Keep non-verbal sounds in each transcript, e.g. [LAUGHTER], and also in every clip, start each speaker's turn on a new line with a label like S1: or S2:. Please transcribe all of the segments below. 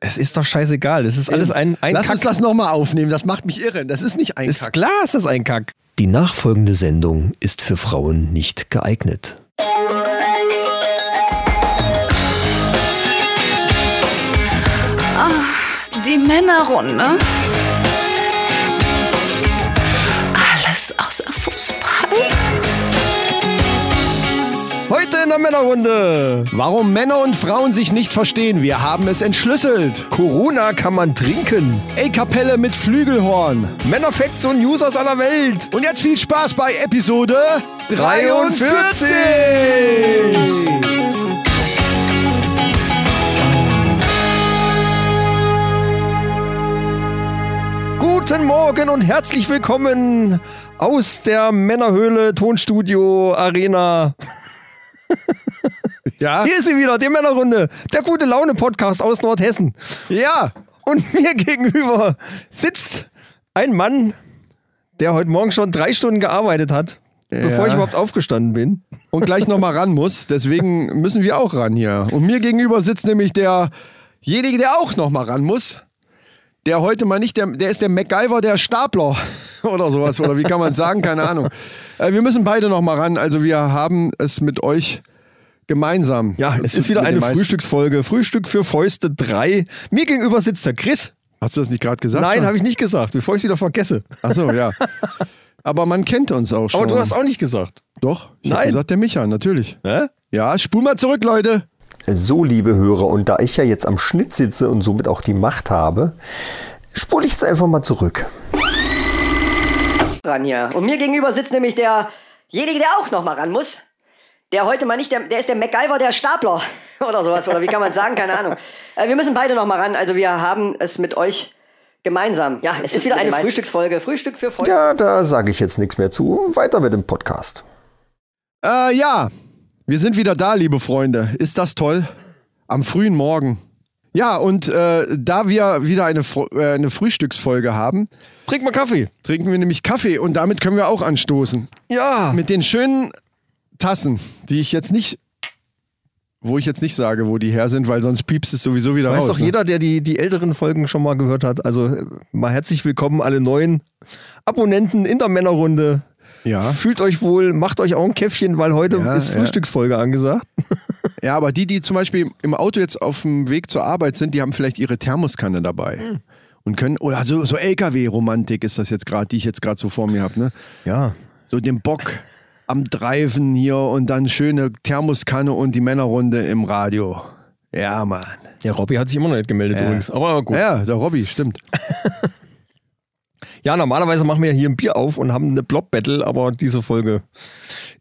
S1: Es ist doch scheißegal. Es ist alles ein, ein
S2: Lass
S1: Kack.
S2: uns das nochmal aufnehmen, das macht mich irre. Das ist nicht ein
S1: ist
S2: Kack.
S1: klar, ist das ein Kack.
S3: Die nachfolgende Sendung ist für Frauen nicht geeignet.
S4: Die Männerrunde. Alles außer Fußball.
S1: Heute in der
S2: Äh.
S1: Männerrunde.
S2: Warum Männer und Frauen sich nicht verstehen, wir haben es entschlüsselt.
S1: Corona kann man trinken.
S2: Ey, Kapelle mit Flügelhorn.
S1: Männerfacts und News aus aller Welt.
S2: Und jetzt viel Spaß bei Episode 43.
S1: Guten Morgen und herzlich willkommen aus der Männerhöhle Tonstudio Arena.
S2: Ja?
S1: Hier ist sie wieder, die Männerrunde, der gute Laune Podcast aus Nordhessen.
S2: Ja.
S1: Und [LAUGHS] mir gegenüber sitzt ein Mann, der heute Morgen schon drei Stunden gearbeitet hat, bevor ich überhaupt aufgestanden bin.
S2: Und gleich nochmal ran muss, deswegen müssen wir auch ran hier. Und mir gegenüber sitzt nämlich derjenige, der auch nochmal ran muss. Der heute mal nicht, der, der ist der MacGyver der Stapler [LAUGHS] oder sowas. Oder wie kann man es sagen? Keine Ahnung. Äh, wir müssen beide nochmal ran. Also wir haben es mit euch gemeinsam.
S1: Ja, es
S2: Zu-
S1: ist wieder
S2: mit den
S1: eine
S2: meisten.
S1: Frühstücksfolge. Frühstück für Fäuste 3. Mir gegenüber sitzt der Chris.
S2: Hast du das nicht gerade gesagt?
S1: Nein, habe ich nicht gesagt, bevor ich es wieder vergesse.
S2: Achso, ja. Aber man kennt uns auch schon.
S1: Aber du hast auch nicht gesagt.
S2: Doch, ich hab
S1: Nein.
S2: gesagt, der Micha, natürlich.
S1: Hä?
S2: Ja, spul mal zurück, Leute.
S5: So, liebe Hörer, und da ich ja jetzt am Schnitt sitze und somit auch die Macht habe, spule ich jetzt einfach mal zurück.
S6: ran hier. Und mir gegenüber sitzt nämlich derjenige, der auch nochmal ran muss. Der heute mal nicht, der, der ist der MacGyver der Stapler [LAUGHS] oder sowas. Oder wie kann man sagen? Keine Ahnung. Äh, wir müssen beide nochmal ran. Also wir haben es mit euch gemeinsam. Ja, es ist wieder eine Frühstücksfolge. Frühstück für Feuer.
S5: Ja, da sage ich jetzt nichts mehr zu. Weiter mit dem Podcast.
S2: Äh, ja, wir sind wieder da, liebe Freunde. Ist das toll? Am frühen Morgen. Ja, und äh, da wir wieder eine, Fro- äh, eine Frühstücksfolge haben,
S1: Trink mal Kaffee.
S2: trinken wir nämlich Kaffee und damit können wir auch anstoßen.
S1: Ja.
S2: Mit den schönen Tassen, die ich jetzt nicht, wo ich jetzt nicht sage, wo die her sind, weil sonst piepst es sowieso wieder
S1: Weiß
S2: raus.
S1: doch
S2: ne?
S1: jeder, der die, die älteren Folgen schon mal gehört hat. Also äh, mal herzlich willkommen, alle neuen Abonnenten in der Männerrunde.
S2: Ja.
S1: Fühlt euch wohl, macht euch auch ein Käffchen, weil heute
S2: Ja,
S1: ist
S2: ja.
S1: Frühstücksfolge angesagt.
S2: Ja, aber die, die zum Beispiel im Auto jetzt auf dem Weg zur Arbeit sind, die haben vielleicht ihre Thermoskanne dabei.
S1: Hm.
S2: Und können, oder so, so LKW-Romantik ist das jetzt gerade, die ich jetzt gerade so vor mir habe, ne?
S1: Ja.
S2: So den Bock am Dreifen hier und dann schöne Thermoskanne und die Männerrunde im Radio. Ja, Mann.
S1: Ja, Robby hat sich immer noch nicht gemeldet übrigens. Aber gut.
S2: Ja, der Robby, stimmt.
S1: Ja, normalerweise machen wir hier ein Bier auf und haben eine Blob-Battle, aber diese Folge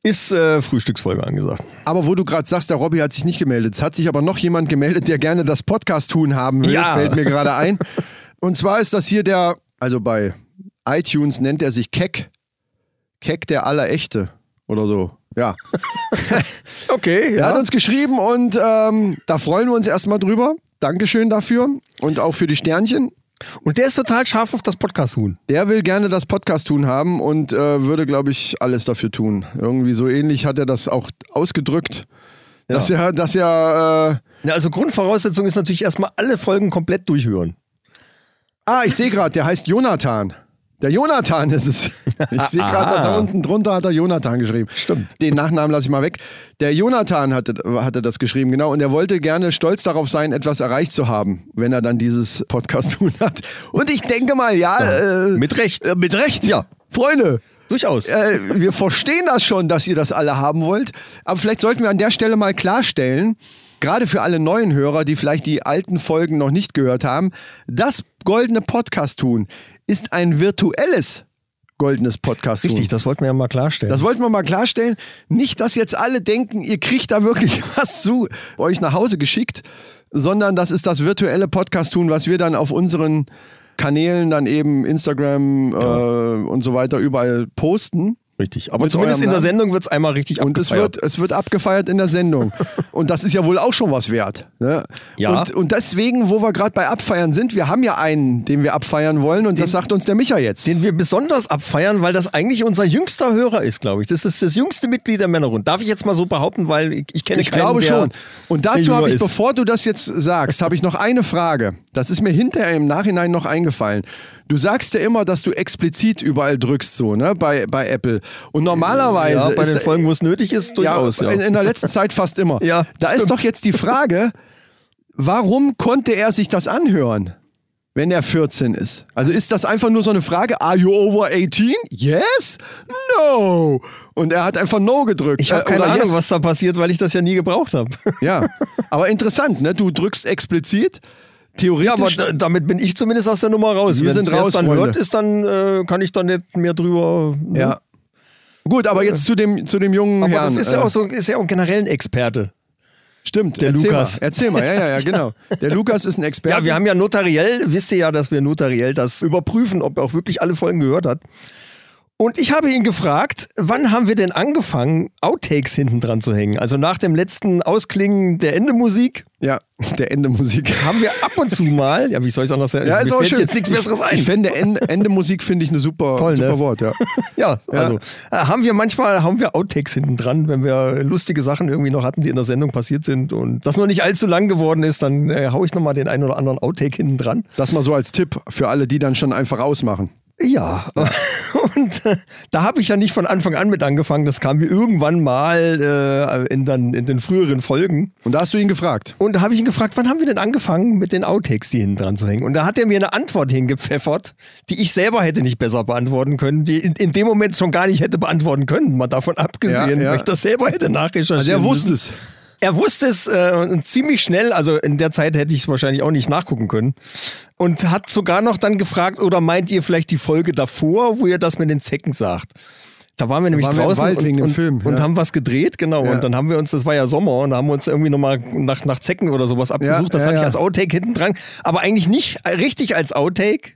S1: ist äh, Frühstücksfolge angesagt.
S2: Aber wo du gerade sagst, der Robby hat sich nicht gemeldet. Es hat sich aber noch jemand gemeldet, der gerne das Podcast tun haben will,
S1: Ja.
S2: fällt mir gerade ein. Und zwar ist das hier der, also bei iTunes nennt er sich Keck. Keck der Allerechte oder so. Ja.
S1: Okay,
S2: Er hat uns geschrieben und ähm, da freuen wir uns erstmal drüber. Dankeschön dafür und auch für die Sternchen.
S1: Und der ist total scharf auf das Podcast-Huhn.
S2: Der will gerne das Podcast tun haben und äh, würde, glaube ich, alles dafür tun. Irgendwie so ähnlich hat er das auch ausgedrückt. Dass er, dass er äh,
S1: Ja, also Grundvoraussetzung ist natürlich erstmal alle Folgen komplett durchhören.
S2: Ah, ich sehe gerade, der heißt Jonathan. Der Jonathan ist es. Ich sehe gerade, dass er unten drunter hat er Jonathan geschrieben.
S1: Stimmt.
S2: Den Nachnamen lasse ich mal weg. Der Jonathan hatte, hatte das geschrieben, genau. Und er wollte gerne stolz darauf sein, etwas erreicht zu haben, wenn er dann dieses Podcast tun hat. Und ich denke mal, ja, äh,
S1: Mit Recht. mit Recht, ja.
S2: Freunde,
S1: Durchaus.
S2: äh, wir verstehen das schon, dass ihr das alle haben wollt. Aber vielleicht sollten wir an der Stelle mal klarstellen, gerade für alle neuen Hörer, die vielleicht die alten Folgen noch nicht gehört haben, das goldene Podcast tun ist ein virtuelles goldenes Podcast.
S1: Richtig, das wollten wir ja mal klarstellen.
S2: Das wollten wir mal klarstellen. Nicht, dass jetzt alle denken, ihr kriegt da wirklich [LAUGHS] was zu euch nach Hause geschickt, sondern das ist das virtuelle Podcast-Tun, was wir dann auf unseren Kanälen dann eben Instagram äh, und so weiter überall posten.
S1: Genau. richtig. Aber
S2: Mit
S1: zumindest
S2: eurem
S1: in der
S2: Namen.
S1: Sendung wird es einmal richtig
S2: Und es
S1: abgefeiert.
S2: wird, es wird abgefeiert in
S1: [LAUGHS]
S2: der Sendung. Und das ist ja wohl auch schon was wert. Ne?
S1: Ja.
S2: Und, und deswegen, wo wir gerade bei Abfeiern sind, wir haben ja einen, den wir abfeiern wollen und das sagt uns der Micha jetzt.
S1: den wir besonders abfeiern, weil das eigentlich unser jüngster Hörer ist, glaube ich. Das ist das jüngste Mitglied der Männerrunde. Darf ich jetzt mal so behaupten, weil ich, ich kenne
S2: Ich
S1: keinen,
S2: glaube
S1: der,
S2: schon. Und
S1: der
S2: dazu
S1: jünger
S2: habe ich,
S1: ist.
S2: bevor du das jetzt sagst, habe ich noch eine Frage. Das ist mir hinterher im Nachhinein noch eingefallen. Du sagst ja immer, dass du explizit überall drückst, so, ne, bei, bei Apple. Und normalerweise.
S1: Ja, bei
S2: ist, äh,
S1: den Folgen, wo es nötig ist, durchaus. Ja,
S2: In, in der letzten Zeit fast immer.
S1: [LAUGHS] Ja,
S2: da ist doch jetzt die Frage, warum konnte er sich das anhören, wenn er 14 ist? Also ist das einfach nur so eine Frage, are you over 18? Yes? No. Und er hat einfach No gedrückt.
S1: Ich habe
S2: Äh,
S1: keine
S2: oder
S1: Ahnung,
S2: yes.
S1: was da passiert, weil ich das [LAUGHS] ja nie gebraucht habe.
S2: Ja, aber interessant, ne? Du drückst explizit,
S1: Ja, aber
S2: theoretisch.
S1: da, damit bin ich zumindest aus der Nummer raus.
S2: Wir
S1: Wenn
S2: sind
S1: wer's
S2: raus,
S1: dann
S2: Freunde.
S1: hört, ist dann äh, kann ich da nicht mehr drüber. ne?
S2: ja. Gut, aber jetzt zu dem, zu dem jungen
S1: aber
S2: Herrn.
S1: das ist ja
S2: äh,
S1: auch so, ist ja auch generell ein Experte.
S2: Stimmt,
S1: der
S2: erzähl
S1: Lukas.
S2: Mal, erzähl mal, ja, ja, ja, genau. Der Lukas ist ein Experte.
S1: Ja, wir haben ja notariell, wisst ihr ja, dass wir notariell das überprüfen, ob er auch wirklich alle Folgen gehört hat. Und ich habe ihn gefragt, wann haben wir denn angefangen, Outtakes hinten dran zu hängen? Also nach dem letzten Ausklingen der Endemusik
S2: ja, der Ende Musik.
S1: haben wir ab und zu mal, ja, wie soll ich es anders sagen?
S2: Ja, ist
S1: Mir
S2: auch
S1: fällt
S2: schön.
S1: jetzt nichts Besseres ein.
S2: Ich finde Ende, Ende Musik finde ich eine super,
S1: Toll, ne?
S2: super Wort, ja.
S1: Ja, also äh, haben wir manchmal haben wir Outtakes hinten dran, wenn wir lustige Sachen irgendwie noch hatten, die in der Sendung passiert sind und das noch nicht allzu lang geworden ist, dann äh, hau ich nochmal den einen oder anderen Outtake hinten dran.
S2: Das mal so als Tipp für alle, die dann schon einfach ausmachen.
S1: Ja, [LAUGHS] und äh, da habe ich ja nicht von Anfang an mit angefangen, das kam mir irgendwann mal äh, in, dann, in den früheren Folgen.
S2: Und da hast du ihn gefragt.
S1: Und da habe ich ihn gefragt, wann haben wir denn angefangen, mit den Outtakes, die hinten dran zu hängen? Und da hat er mir eine Antwort hingepfeffert, die ich selber hätte nicht besser beantworten können, die in, in dem Moment schon gar nicht hätte beantworten können, mal davon abgesehen,
S2: Ja, ja.
S1: weil ich das selber hätte nachrecherchiert.
S2: Also er wusste es.
S1: Er wusste es äh, und ziemlich schnell, also in der Zeit hätte ich es wahrscheinlich auch nicht nachgucken können. Und hat sogar noch dann gefragt, oder meint ihr vielleicht die Folge davor, wo ihr das mit den Zecken sagt? Da waren wir nämlich
S2: waren wir im
S1: draußen
S2: Wald
S1: und,
S2: wegen dem
S1: und,
S2: Film,
S1: und
S2: ja.
S1: haben was gedreht, genau.
S2: Ja.
S1: Und dann haben wir uns, das war ja Sommer, und da haben wir uns irgendwie nochmal nach, nach Zecken oder sowas abgesucht. das
S2: ja,
S1: hatte
S2: ja.
S1: ich als Outtake hinten dran. Aber eigentlich nicht richtig als Outtake,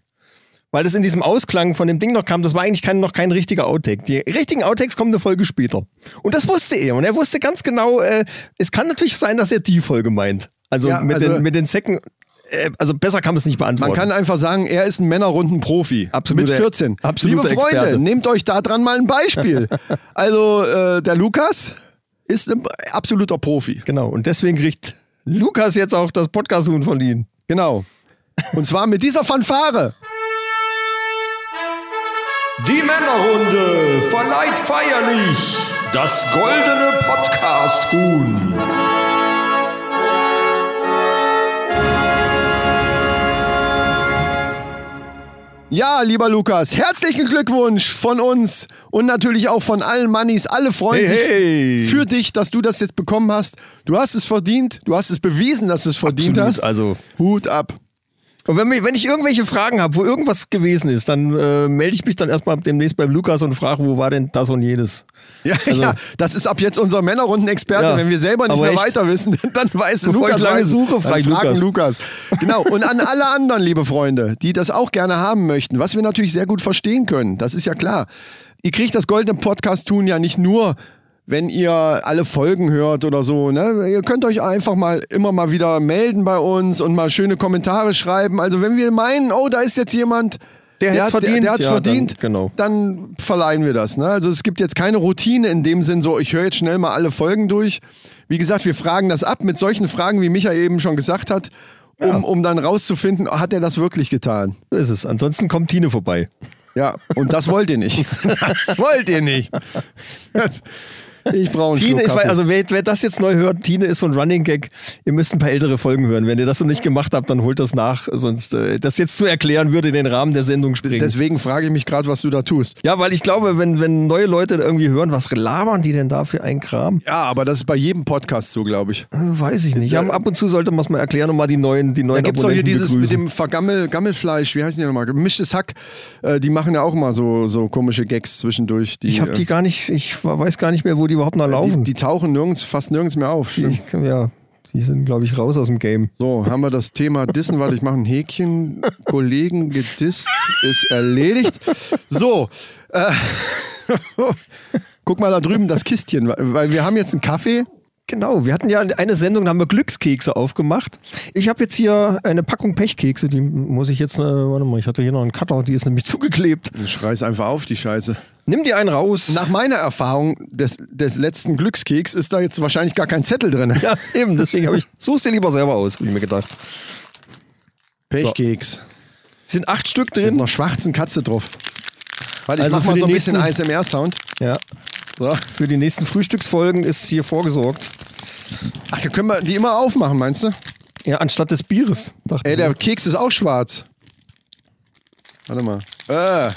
S1: weil das in diesem Ausklang von dem Ding noch kam, das war eigentlich kein, noch kein richtiger Outtake. Die richtigen Outtakes kommen eine Folge später. Und das wusste er. Und er wusste ganz genau, äh, es kann natürlich sein, dass er die Folge meint. Also,
S2: Ja,
S1: mit,
S2: also-
S1: den, mit den Zecken, äh, also besser kann man es nicht
S2: Man
S1: beantworten.
S2: kann einfach sagen, er ist ein Männerrunden-Profi.
S1: Absoluter-
S2: Mit 14.
S1: absoluter
S2: Liebe Freunde,
S1: Experte.
S2: nehmt euch da dran mal
S1: [LAUGHS]
S2: ein Beispiel. also äh, der Lukas ist ein absoluter Profi.
S1: genau. Und deswegen kriegt Lukas jetzt auch das Podcast-Huhn von Ihnen.
S2: Genau. Und zwar mit dieser Fanfare.
S7: Die Männerrunde verleiht feierlich das goldene Podcast-Huhn.
S2: Ja, lieber Lukas, herzlichen Glückwunsch von uns und natürlich auch von allen Mannis. Alle freuen
S1: Hey,
S2: sich
S1: hey.
S2: für dich, dass du das jetzt bekommen hast. Du hast es verdient. Du hast es bewiesen, dass du es verdient
S1: Absolut,
S2: hast.
S1: also-
S2: Hut ab.
S1: Und wenn, mir, wenn ich irgendwelche Fragen habe, wo irgendwas gewesen ist, dann äh, melde ich mich dann erstmal demnächst beim Lukas und frage, wo war denn das und jenes.
S2: Ja, [LAUGHS] ja, das ist ab jetzt unser Männerrunden-Experte.
S1: Also Ja,
S2: Wenn wir selber nicht
S1: aber
S2: mehr
S1: echt.
S2: weiter wissen, [LAUGHS] dann weiß
S1: Bevor
S2: Lukas.
S1: ich lange
S2: weiter.
S1: suche,
S2: Dann
S1: frag ich
S2: fragen Lukas. Genau. Und an alle anderen, liebe Freunde, die das auch gerne haben möchten, was wir natürlich sehr gut verstehen können, das ist ja klar. Ihr kriegt das goldene Podcast-Tun ja nicht nur, wenn ihr alle Folgen hört oder so. Ne? Ihr könnt euch einfach mal immer mal wieder melden bei uns und mal schöne Kommentare schreiben. Also wenn wir meinen, oh, da ist jetzt jemand,
S1: Der hat's
S2: hat- Der,
S1: verdient.
S2: der hat's
S1: Ja, dann-
S2: verdient.
S1: genau.
S2: Dann verleihen wir das. Ne? Also es gibt jetzt keine Routine in dem Sinn, so ich höre jetzt schnell mal alle Folgen durch. Wie gesagt, wir fragen das ab mit solchen Fragen, wie Micha eben schon gesagt hat, um, um dann rauszufinden, hat er das wirklich getan?
S1: So ist es. Ansonsten kommt Tine vorbei.
S2: Ja, und das wollt
S1: [LAUGHS]
S2: ihr nicht. Das wollt ihr nicht. Das- Ich brauche einen
S1: Tine,
S2: Schluck
S1: ich
S2: Kaffee.
S1: weiß, also wer, wer das jetzt neu hört, Tine ist so ein Running Gag. Ihr müsst ein paar ältere Folgen hören. Wenn ihr das noch nicht gemacht habt, dann holt das nach. Sonst äh, das jetzt zu erklären würde den Rahmen der Sendung sprengen.
S2: Deswegen frage ich mich gerade, was du da tust.
S1: ja, weil ich glaube, wenn, wenn neue Leute irgendwie hören, was labern die denn da für einen Kram?
S2: Ja, aber das ist bei jedem Podcast so, glaube ich.
S1: Äh, Weiß ich nicht. Ja, ab und zu sollte man es mal erklären und mal die neuen, die
S2: Da
S1: neuen
S2: gibt es doch hier
S1: Abonnenten
S2: dieses
S1: begrüßen.
S2: mit dem Vergammel, Gammelfleisch, wie heißen die nochmal? Gemischtes Hack. Äh, die machen ja auch mal so, so komische Gags zwischendurch. Die,
S1: Ich habe die
S2: äh,
S1: gar nicht, ich weiß gar nicht mehr, wo die überhaupt noch
S2: die,
S1: laufen.
S2: die tauchen nirgends, fast nirgends mehr auf. Stimmt.
S1: ich, ja, die sind, glaube ich, raus aus dem Game.
S2: So, haben wir das Thema Dissen. Warte, ich mache
S1: [LAUGHS]
S2: ein Häkchen. Kollegen gedisst ist erledigt. So. Äh, [LAUGHS] guck mal da drüben, das Kistchen. Weil wir haben jetzt einen Kaffee.
S1: Genau, wir hatten ja eine Sendung, da haben wir Glückskekse aufgemacht. Ich habe jetzt hier eine Packung Pechkekse, die muss ich jetzt, äh, warte mal, ich hatte hier noch einen Cutter, die ist nämlich [LAUGHS] zugeklebt.
S2: Ich Schreiß einfach auf, die Scheiße.
S1: Nimm dir einen raus. [LAUGHS]
S2: Nach meiner Erfahrung des, des letzten Glückskeks ist da jetzt wahrscheinlich gar kein Zettel drin.
S1: ja, eben, deswegen habe ich, such's dir lieber selber aus, hab ich mir gedacht.
S2: Pechkeks.
S1: Sind acht Stück
S2: Mit
S1: drin.
S2: einer schwarzen Katze drauf. Warte, ich
S1: Also
S2: mach
S1: für
S2: mal so ein
S1: den
S2: bisschen
S1: nächsten-
S2: ASMR-Sound.
S1: Ja.
S2: So.
S1: Für die nächsten Frühstücksfolgen ist hier vorgesorgt.
S2: Ach, da können wir die immer aufmachen, meinst du?
S1: Ja, anstatt des Bieres. Dachte
S2: Ey,
S1: ich.
S2: der Keks ist auch schwarz. Warte mal. Äh.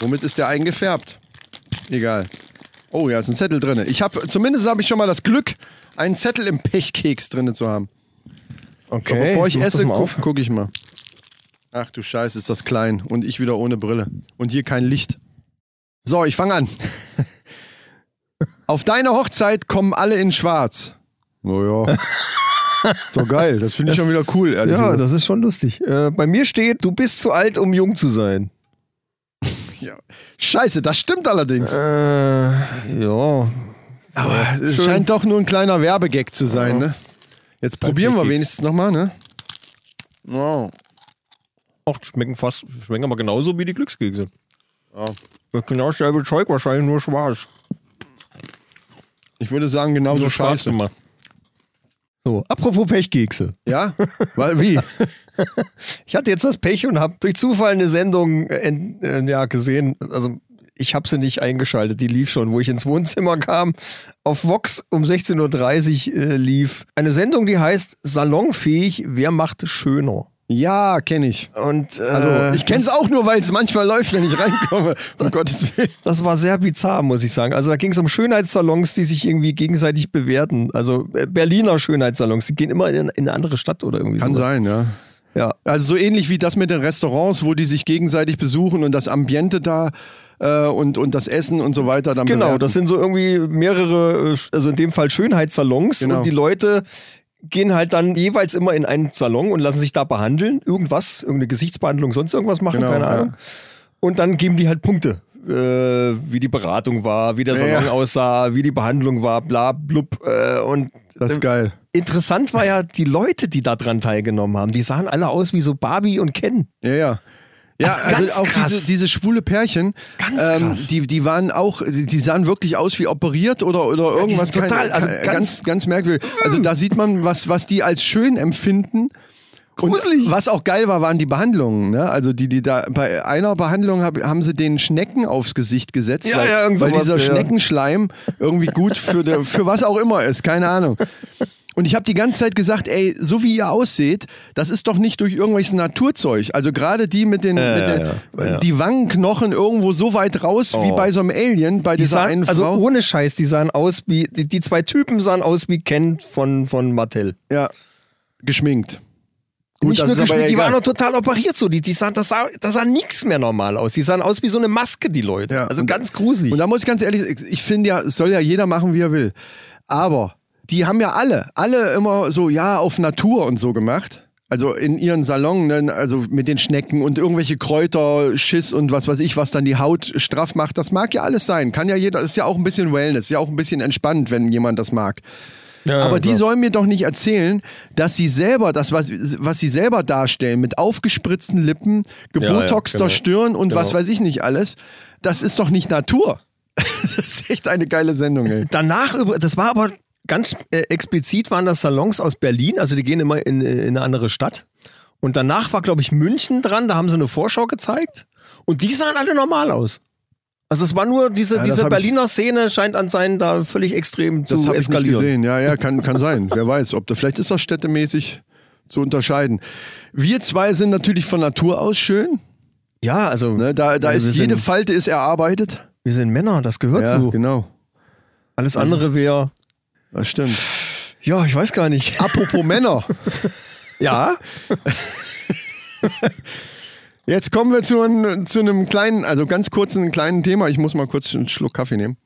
S2: Womit ist der eingefärbt? Egal. Oh ja, ist ein Zettel drin. Ich habe zumindest habe ich schon mal das Glück, einen Zettel im Pechkeks drin zu haben.
S1: okay.
S2: So, bevor ich
S1: mach das
S2: esse,
S1: mal
S2: gucke
S1: auf.
S2: guck ich mal. Ach du Scheiße, ist das klein. Und ich wieder ohne Brille. Und hier kein Licht. So, ich fange an. [LAUGHS] Auf deine Hochzeit kommen alle in schwarz. Naja. [LAUGHS] so geil, das finde ich schon wieder cool, ehrlich
S1: Ja,
S2: gesagt.
S1: das ist schon lustig. Äh, bei mir steht, du bist zu alt, um jung zu sein.
S2: Ja. Scheiße, das stimmt allerdings.
S1: Äh, ja.
S2: Aber es scheint doch nur ein kleiner Werbegag zu sein, ne? Jetzt probieren wir
S1: geht's.
S2: wenigstens nochmal, ne? Wow.
S1: Ach, schmecken fast, schmecken aber genauso wie die Glückskekse.
S2: Ja.
S1: Das genau dasselbe Zeug, wahrscheinlich nur schwarz.
S2: Ich würde sagen, genauso
S1: So Also schwarz
S2: scheiße.
S1: gemacht. So, apropos Pechkekse.
S2: Ja? Weil, [LAUGHS] wie?
S1: Ich hatte jetzt das Pech und habe durch Zufall eine Sendung äh, ent- äh, ja, gesehen. Also ich habe sie nicht eingeschaltet, die lief schon, wo ich ins Wohnzimmer kam. Auf Vox um 16.30 Uhr äh, lief eine Sendung, die heißt Salonfähig, wer macht schöner?
S2: Ja, kenne ich.
S1: Und äh,
S2: Also, ich kenne es auch nur, weil es manchmal läuft, wenn ich reinkomme. Um Gottes Willen.
S1: Das war sehr bizarr, muss ich sagen. Also da ging es um Schönheitssalons, die sich irgendwie gegenseitig bewerten. Also äh, Berliner Schönheitssalons, die gehen immer in, in eine andere Stadt oder irgendwie
S2: Kann
S1: sowas.
S2: sein, ja.
S1: Ja.
S2: Also so ähnlich wie das mit den Restaurants, wo die sich gegenseitig besuchen und das Ambiente da äh, und, und das Essen und so weiter. Dann
S1: Genau,
S2: bewerten.
S1: das sind so irgendwie mehrere, äh, also in dem Fall Schönheitssalons
S2: Genau.
S1: und die Leute gehen halt dann jeweils immer in einen Salon und lassen sich da behandeln, irgendwas, irgendeine Gesichtsbehandlung, sonst irgendwas machen,
S2: Genau,
S1: keine
S2: ja.
S1: Ahnung. Und dann geben die halt Punkte, äh, wie die Beratung war, wie der
S2: Ja,
S1: Salon
S2: ja.
S1: aussah, wie die Behandlung war, bla blub äh, und
S2: Das ist geil.
S1: Interessant war ja die Leute, die da dran teilgenommen haben. Die sahen alle aus wie so Barbie und Ken.
S2: Ja, ja. Ja,
S1: Also
S2: also,
S1: ganz
S2: auch
S1: krass.
S2: diese, diese schwule Pärchen, ähm,
S1: Ganz krass.
S2: die, die waren auch, die die sahen wirklich aus wie operiert oder, oder
S1: die
S2: irgendwas.
S1: sind total, also
S2: ganz,
S1: ganz-
S2: ganz, merkwürdig. Also da sieht man, was, was die als schön empfinden.
S1: Gruselig.
S2: Und was auch geil war, waren die Behandlungen. Ne? Also die, die da bei einer Behandlung hab, haben sie den Schnecken aufs Gesicht gesetzt,
S1: Ja,
S2: weil,
S1: ja, irgend
S2: weil
S1: sowas,
S2: dieser
S1: ja.
S2: Schneckenschleim irgendwie gut für, de, für was auch immer ist, keine Ahnung. Und ich habe die ganze Zeit gesagt, ey, so wie ihr ausseht, das ist doch nicht durch irgendwelches Naturzeug. Also gerade die mit den, mit den die Wangenknochen irgendwo so weit raus wie bei so einem Alien, bei
S1: Oh. Die
S2: dieser
S1: sahen,
S2: einen Frau.
S1: also ohne Scheiß, die sahen aus wie, die, die zwei Typen sahen aus wie Ken von, von Mattel.
S2: ja, geschminkt. Gut,
S1: Nicht
S2: das
S1: nur
S2: ist aber
S1: geschminkt, die
S2: egal.
S1: waren noch total operiert so. Die, die sahen, das sah, das sah nichts mehr normal aus. Die sahen aus wie so eine Maske, die Leute.
S2: Ja.
S1: Also
S2: Und-
S1: ganz gruselig.
S2: Und da muss ich ganz ehrlich, ich- ich finde ja, es soll ja jeder machen, wie er will. Aber die haben ja alle, alle immer so, ja, auf Natur und so gemacht. Also in ihren Salon, ne, also mit den Schnecken und irgendwelche Kräuter, Schiss und was weiß ich, was dann die Haut straff macht. Das mag ja alles sein. Kann ja jeder, ist ja auch ein bisschen Wellness, ist ja auch ein bisschen entspannt, wenn jemand das mag. Aber die sollen mir doch nicht erzählen, dass sie selber, das, was, was sie selber darstellen, mit aufgespritzten Lippen, gebotoxter
S1: Ja, ja, genau.
S2: Stirn und was weiß ich nicht alles, das ist doch nicht Natur. [LAUGHS] das ist echt eine geile Sendung, ey.
S1: Danach, über- das war aber ganz äh, explizit, waren das Salons aus Berlin, also die gehen immer in, äh, in eine andere Stadt. Und danach war, glaube ich, München dran, da haben sie eine Vorschau gezeigt. Und die sahen alle normal aus. Also es war nur, diese,
S2: das
S1: diese
S2: hab ich-
S1: Berliner Szene scheint an sein, da völlig extrem [LAUGHS]
S2: Das
S1: zu
S2: habe ich nicht
S1: eskalieren.
S2: gesehen. Ja, ja, kann, kann sein. Wer weiß, ob da vielleicht ist das städtemäßig zu unterscheiden. Wir zwei sind natürlich von Natur aus schön.
S1: ja, also
S2: Ne? Da, da
S1: also
S2: ist
S1: wir
S2: jede
S1: sind,
S2: Falte ist erarbeitet.
S1: wir sind Männer, das gehört
S2: Ja,
S1: zu.
S2: genau.
S1: Alles andere wäre,
S2: Das stimmt.
S1: ja, ich weiß gar nicht.
S2: Apropos Männer.
S1: ja,
S2: Jetzt kommen wir zu, ein, zu einem kleinen, also ganz kurzen kleinen Thema. Ich muss mal kurz einen Schluck Kaffee nehmen.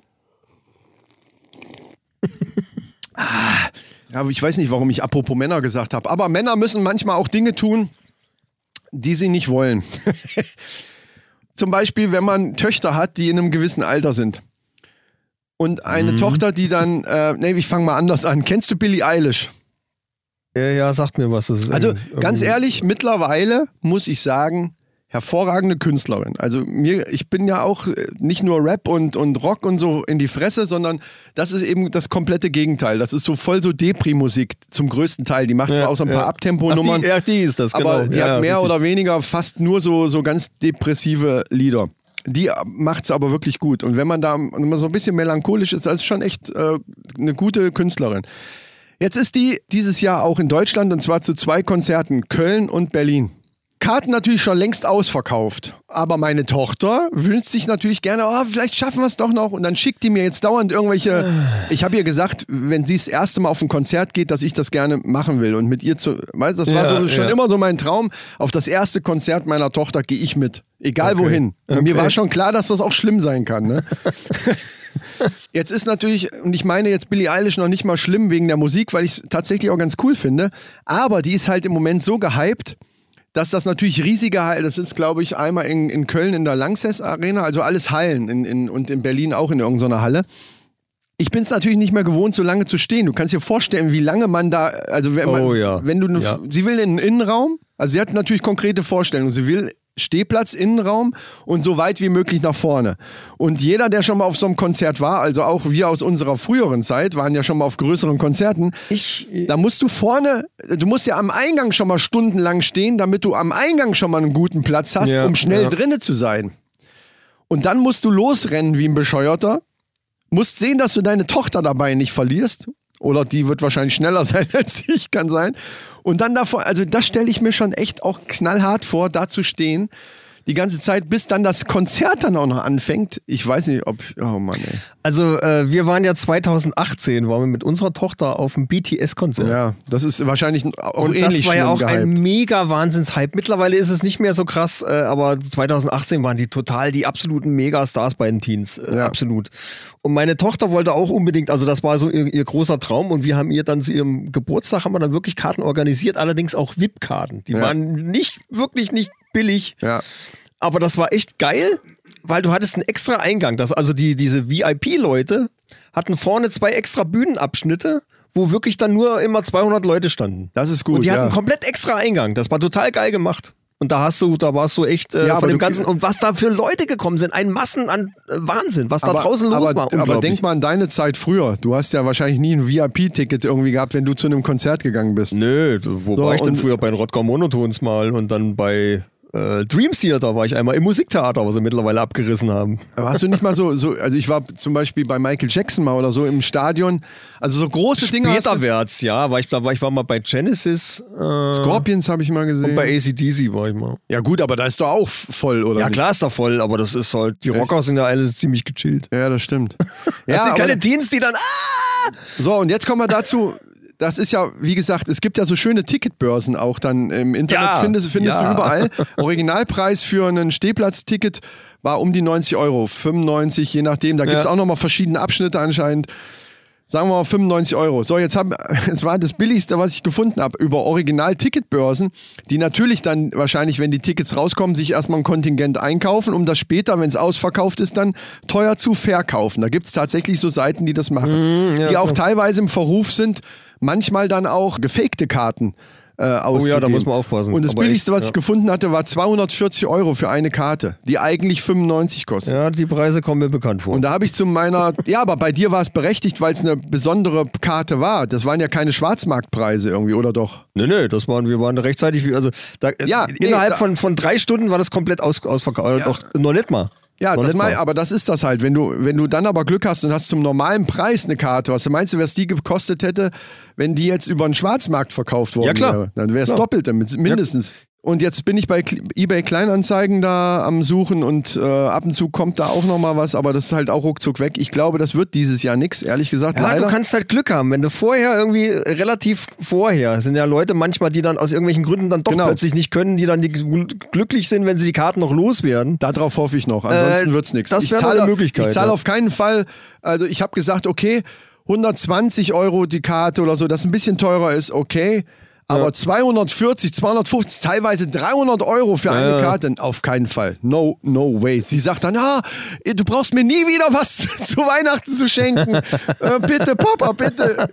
S2: Ah, aber ich weiß nicht, warum ich apropos Männer gesagt habe. Aber Männer müssen manchmal auch Dinge tun, die sie nicht wollen. [LAUGHS] Zum Beispiel, wenn man Töchter hat, die in einem gewissen Alter sind. Und eine Tochter, die dann, äh, nee, ich fange mal anders an. Kennst du Billie Eilish?
S1: [LAUGHS] ja, ja, sagt mir was. Das ist
S2: Also
S1: irgendwie-
S2: ganz
S1: irgendwie-
S2: ehrlich, mittlerweile muss ich sagen, hervorragende Künstlerin. Also mir, ich bin ja auch äh, nicht nur Rap und, und Rock und so in die Fresse, sondern das ist eben das komplette Gegenteil. Das ist so voll so Depri-Musik zum größten Teil. Die macht zwar auch so ein paar
S1: Ach,
S2: Abtempo-Nummern,
S1: die, ja, die ist das,
S2: aber
S1: genau.
S2: die
S1: ja,
S2: hat mehr
S1: richtig.
S2: oder weniger fast nur so, so ganz depressive Lieder. Die äh, macht's aber wirklich gut. Und wenn man da wenn man so ein bisschen melancholisch ist, das ist schon echt äh, eine gute Künstlerin. Jetzt ist die dieses Jahr auch in Deutschland und zwar zu zwei Konzerten, Köln und Berlin. Karten natürlich schon längst ausverkauft. Aber meine Tochter wünscht sich natürlich gerne, oh, vielleicht schaffen wir es doch noch. Und dann schickt die mir jetzt dauernd irgendwelche. Ich habe ihr gesagt, wenn sie das erste Mal auf ein Konzert geht, dass ich das gerne machen will. Und mit ihr zu. Weißt du, das war
S1: Ja,
S2: so, schon
S1: ja.
S2: immer so mein Traum. Auf das erste Konzert meiner Tochter gehe ich mit. Egal wohin. Und Mir war schon klar, dass das auch schlimm sein kann. Ne? Jetzt ist natürlich, und ich meine jetzt Billie Eilish noch nicht mal schlimm wegen der Musik, weil ich es tatsächlich auch ganz cool finde, aber die ist halt im Moment so gehypt, dass das natürlich riesige Hallen, das ist glaube ich einmal in, in Köln in der Lanxess Arena, also alles Hallen in, in, und in Berlin auch in irgendeiner Halle. Ich bin es natürlich nicht mehr gewohnt, so lange zu stehen. Du kannst dir vorstellen, wie lange man da, also wenn man,
S1: Oh ja.
S2: wenn du, eine-
S1: Ja.
S2: sie will in einen Innenraum, also sie hat natürlich konkrete Vorstellungen, sie will Stehplatz, Innenraum und so weit wie möglich nach vorne. Und jeder, der schon mal auf so einem Konzert war, also auch wir aus unserer früheren Zeit, waren ja schon mal auf größeren Konzerten,
S1: Ich, äh
S2: da musst du vorne, du musst ja am Eingang schon mal stundenlang stehen, damit du am Eingang schon mal einen guten Platz hast,
S1: Ja,
S2: um schnell
S1: ja.
S2: drinne zu sein. Und dann musst du losrennen wie ein Bescheuerter, musst sehen, dass du deine Tochter dabei nicht verlierst. Oder die wird wahrscheinlich schneller [LAUGHS] sein als ich, kann sein. Und dann davor, also das stelle ich mir schon echt auch knallhart vor, da zu stehen. Die ganze Zeit, bis dann das Konzert dann auch noch anfängt. Ich weiß nicht, ob. Oh Mann, ey.
S1: also äh, wir waren ja 2018, waren wir mit unserer Tochter auf dem BTS-Konzert.
S2: Ja, das ist wahrscheinlich auch
S1: Und
S2: Oh, ähnlich
S1: das war ja
S2: schlimm
S1: auch ein
S2: gehypt.
S1: mega Wahnsinnshype. Mittlerweile ist es nicht mehr so krass, äh, aber 2018 waren die total die absoluten Megastars bei den Teens. Äh,
S2: Ja.
S1: Absolut. Und meine Tochter wollte auch unbedingt, also das war so ihr, ihr großer Traum und wir haben ihr dann zu ihrem Geburtstag, haben wir dann wirklich Karten organisiert, allerdings auch VIP-Karten. Die
S2: Ja.
S1: waren nicht, wirklich nicht billig.
S2: Ja.
S1: Aber das war echt geil, weil du hattest einen extra Eingang. Das, also die, diese VIP-Leute hatten vorne zwei extra Bühnenabschnitte, wo wirklich dann nur immer 200 Leute standen.
S2: Das ist gut,
S1: Und die hatten
S2: ja.
S1: einen komplett extra Eingang. Das war total geil gemacht. Und da hast du, da warst du echt äh,
S2: Ja, aber
S1: von dem
S2: du-
S1: Ganzen. Und was da für Leute gekommen sind, ein Massen an äh, Wahnsinn, was da draußen los
S2: aber,
S1: war.
S2: aber
S1: unglaublich.
S2: denk mal an deine Zeit früher. Du hast ja wahrscheinlich nie ein VIP-Ticket irgendwie gehabt, wenn du zu einem Konzert gegangen bist.
S1: Nö, du- wo
S2: So,
S1: war ich denn
S2: und-
S1: früher bei den Rodger Monotons mal und dann bei äh, Dream Theater war ich einmal im Musiktheater, was sie mittlerweile abgerissen haben.
S2: Aber hast du nicht mal so, so, also ich war zum Beispiel bei Michael Jackson mal oder so im Stadion. Also so große Dinge. hast du-
S1: Späterwärts, ja, war ich, da war ich war mal bei Genesis äh,
S2: Scorpions habe ich mal
S1: und
S2: gesehen.
S1: bei ACDC war ich mal.
S2: ja gut, aber da ist doch auch voll, oder?
S1: Ja,
S2: nicht?
S1: klar ist da voll, aber das ist halt, die Rocker sind ja alle ziemlich gechillt.
S2: Ja, das stimmt.
S1: [LAUGHS] das
S2: ja,
S1: sind
S2: aber-
S1: keine Teens, die dann, ah!
S2: So, und jetzt kommen wir dazu. Das ist ja, wie gesagt, es gibt ja so schöne Ticketbörsen auch dann im Internet,
S1: Ja,
S2: findest, findest
S1: ja.
S2: du
S1: [LAUGHS]
S2: überall. Originalpreis für ein Stehplatzticket war um die 90 Euro, 95, je nachdem. Da gibt's auch nochmal verschiedene Abschnitte anscheinend. Sagen wir mal 95 Euro. So, jetzt, haben, [LAUGHS] jetzt war das Billigste, was ich gefunden habe, über Original-Ticketbörsen, die natürlich dann wahrscheinlich, wenn die Tickets rauskommen, sich erstmal ein Kontingent einkaufen, um das später, wenn es ausverkauft ist, dann teuer zu verkaufen. Da gibt es tatsächlich so Seiten, die das
S1: Mhm,
S2: machen. die auch teilweise im Verruf sind, manchmal dann auch gefakte Karten. Äh, oh
S1: ja, da muss man aufpassen.
S2: Und das
S1: Aber
S2: Billigste,
S1: echt,
S2: was
S1: ja.
S2: ich gefunden hatte, war 240 Euro für eine Karte, die eigentlich 95 kostet.
S1: Ja, die Preise kommen mir bekannt vor.
S2: Und da habe ich zu meiner, ja, aber bei dir war es berechtigt, weil es eine besondere Karte war. Das waren ja keine Schwarzmarktpreise irgendwie, oder doch?
S1: Nö, nö, das waren, wir waren rechtzeitig, wie- also da,
S2: Ja,
S1: ja,
S2: nee,
S1: innerhalb
S2: da-
S1: von, von drei Stunden war das komplett aus, ausverkauft. Noch, noch nicht mal.
S2: Ja,
S1: noch
S2: das
S1: nicht
S2: mein,
S1: mal.
S2: aber das ist das halt. Wenn du, wenn du dann aber Glück hast und hast zum normalen Preis eine Karte, was meinst du, was die gekostet hätte, wenn die jetzt über den Schwarzmarkt verkauft worden
S1: Ja, klar.
S2: wäre? Dann wäre es
S1: Klar.
S2: doppelt damit, mindestens. Und jetzt bin ich bei Kl- eBay Kleinanzeigen da am Suchen und äh, ab und zu kommt da auch nochmal was, aber das ist halt auch ruckzuck weg. Ich glaube, das wird dieses Jahr nichts, ehrlich gesagt.
S1: Ja,
S2: leider.
S1: du kannst halt Glück haben, wenn du vorher irgendwie äh, relativ vorher sind ja Leute manchmal, die dann aus irgendwelchen Gründen dann doch
S2: Genau.
S1: plötzlich nicht können, die dann die gl- glücklich sind, wenn sie die Karten noch loswerden.
S2: Darauf hoffe ich noch. Ansonsten
S1: Äh,
S2: wird's nichts.
S1: das
S2: ich
S1: wäre
S2: zahle,
S1: eine Möglichkeit,
S2: Ich zahle
S1: ja.
S2: auf keinen Fall. Also ich habe gesagt, okay, 120 Euro die Karte oder so, das ein bisschen teurer ist, okay. Aber 240, 250, teilweise 300 Euro für eine Karte, auf keinen Fall. No, no way. Sie sagt dann, ah, du brauchst mir nie wieder was [LAUGHS] zu, zu Weihnachten zu schenken. äh, bitte, Papa, bitte.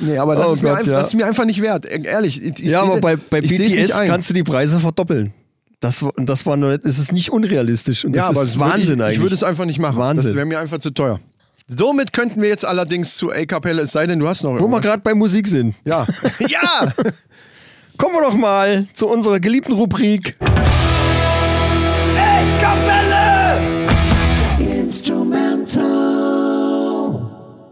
S2: Nee, aber das,
S1: Oh
S2: ist, mir
S1: Gott,
S2: einfach,
S1: ja.
S2: das ist mir einfach nicht wert. E- Ehrlich, ich, ich
S1: ja,
S2: seh-
S1: aber bei, bei
S2: ich seh's nicht
S1: BTS
S2: ein.
S1: kannst du die Preise verdoppeln. Das, war- das war nur, es ist nicht unrealistisch. Und das ist
S2: das würde
S1: Wahnsinn
S2: ich,
S1: eigentlich.
S2: Ich würde es einfach nicht machen. Das
S1: Wahnsinn.
S2: wäre mir einfach zu teuer. Somit könnten wir jetzt allerdings zu A Cappella, es sei denn, du hast noch
S1: Wo wir
S2: irgendwas.
S1: gerade bei Musik sind.
S2: Ja.
S1: [LAUGHS] Ja! [LAUGHS] Kommen wir doch mal zu unserer geliebten Rubrik.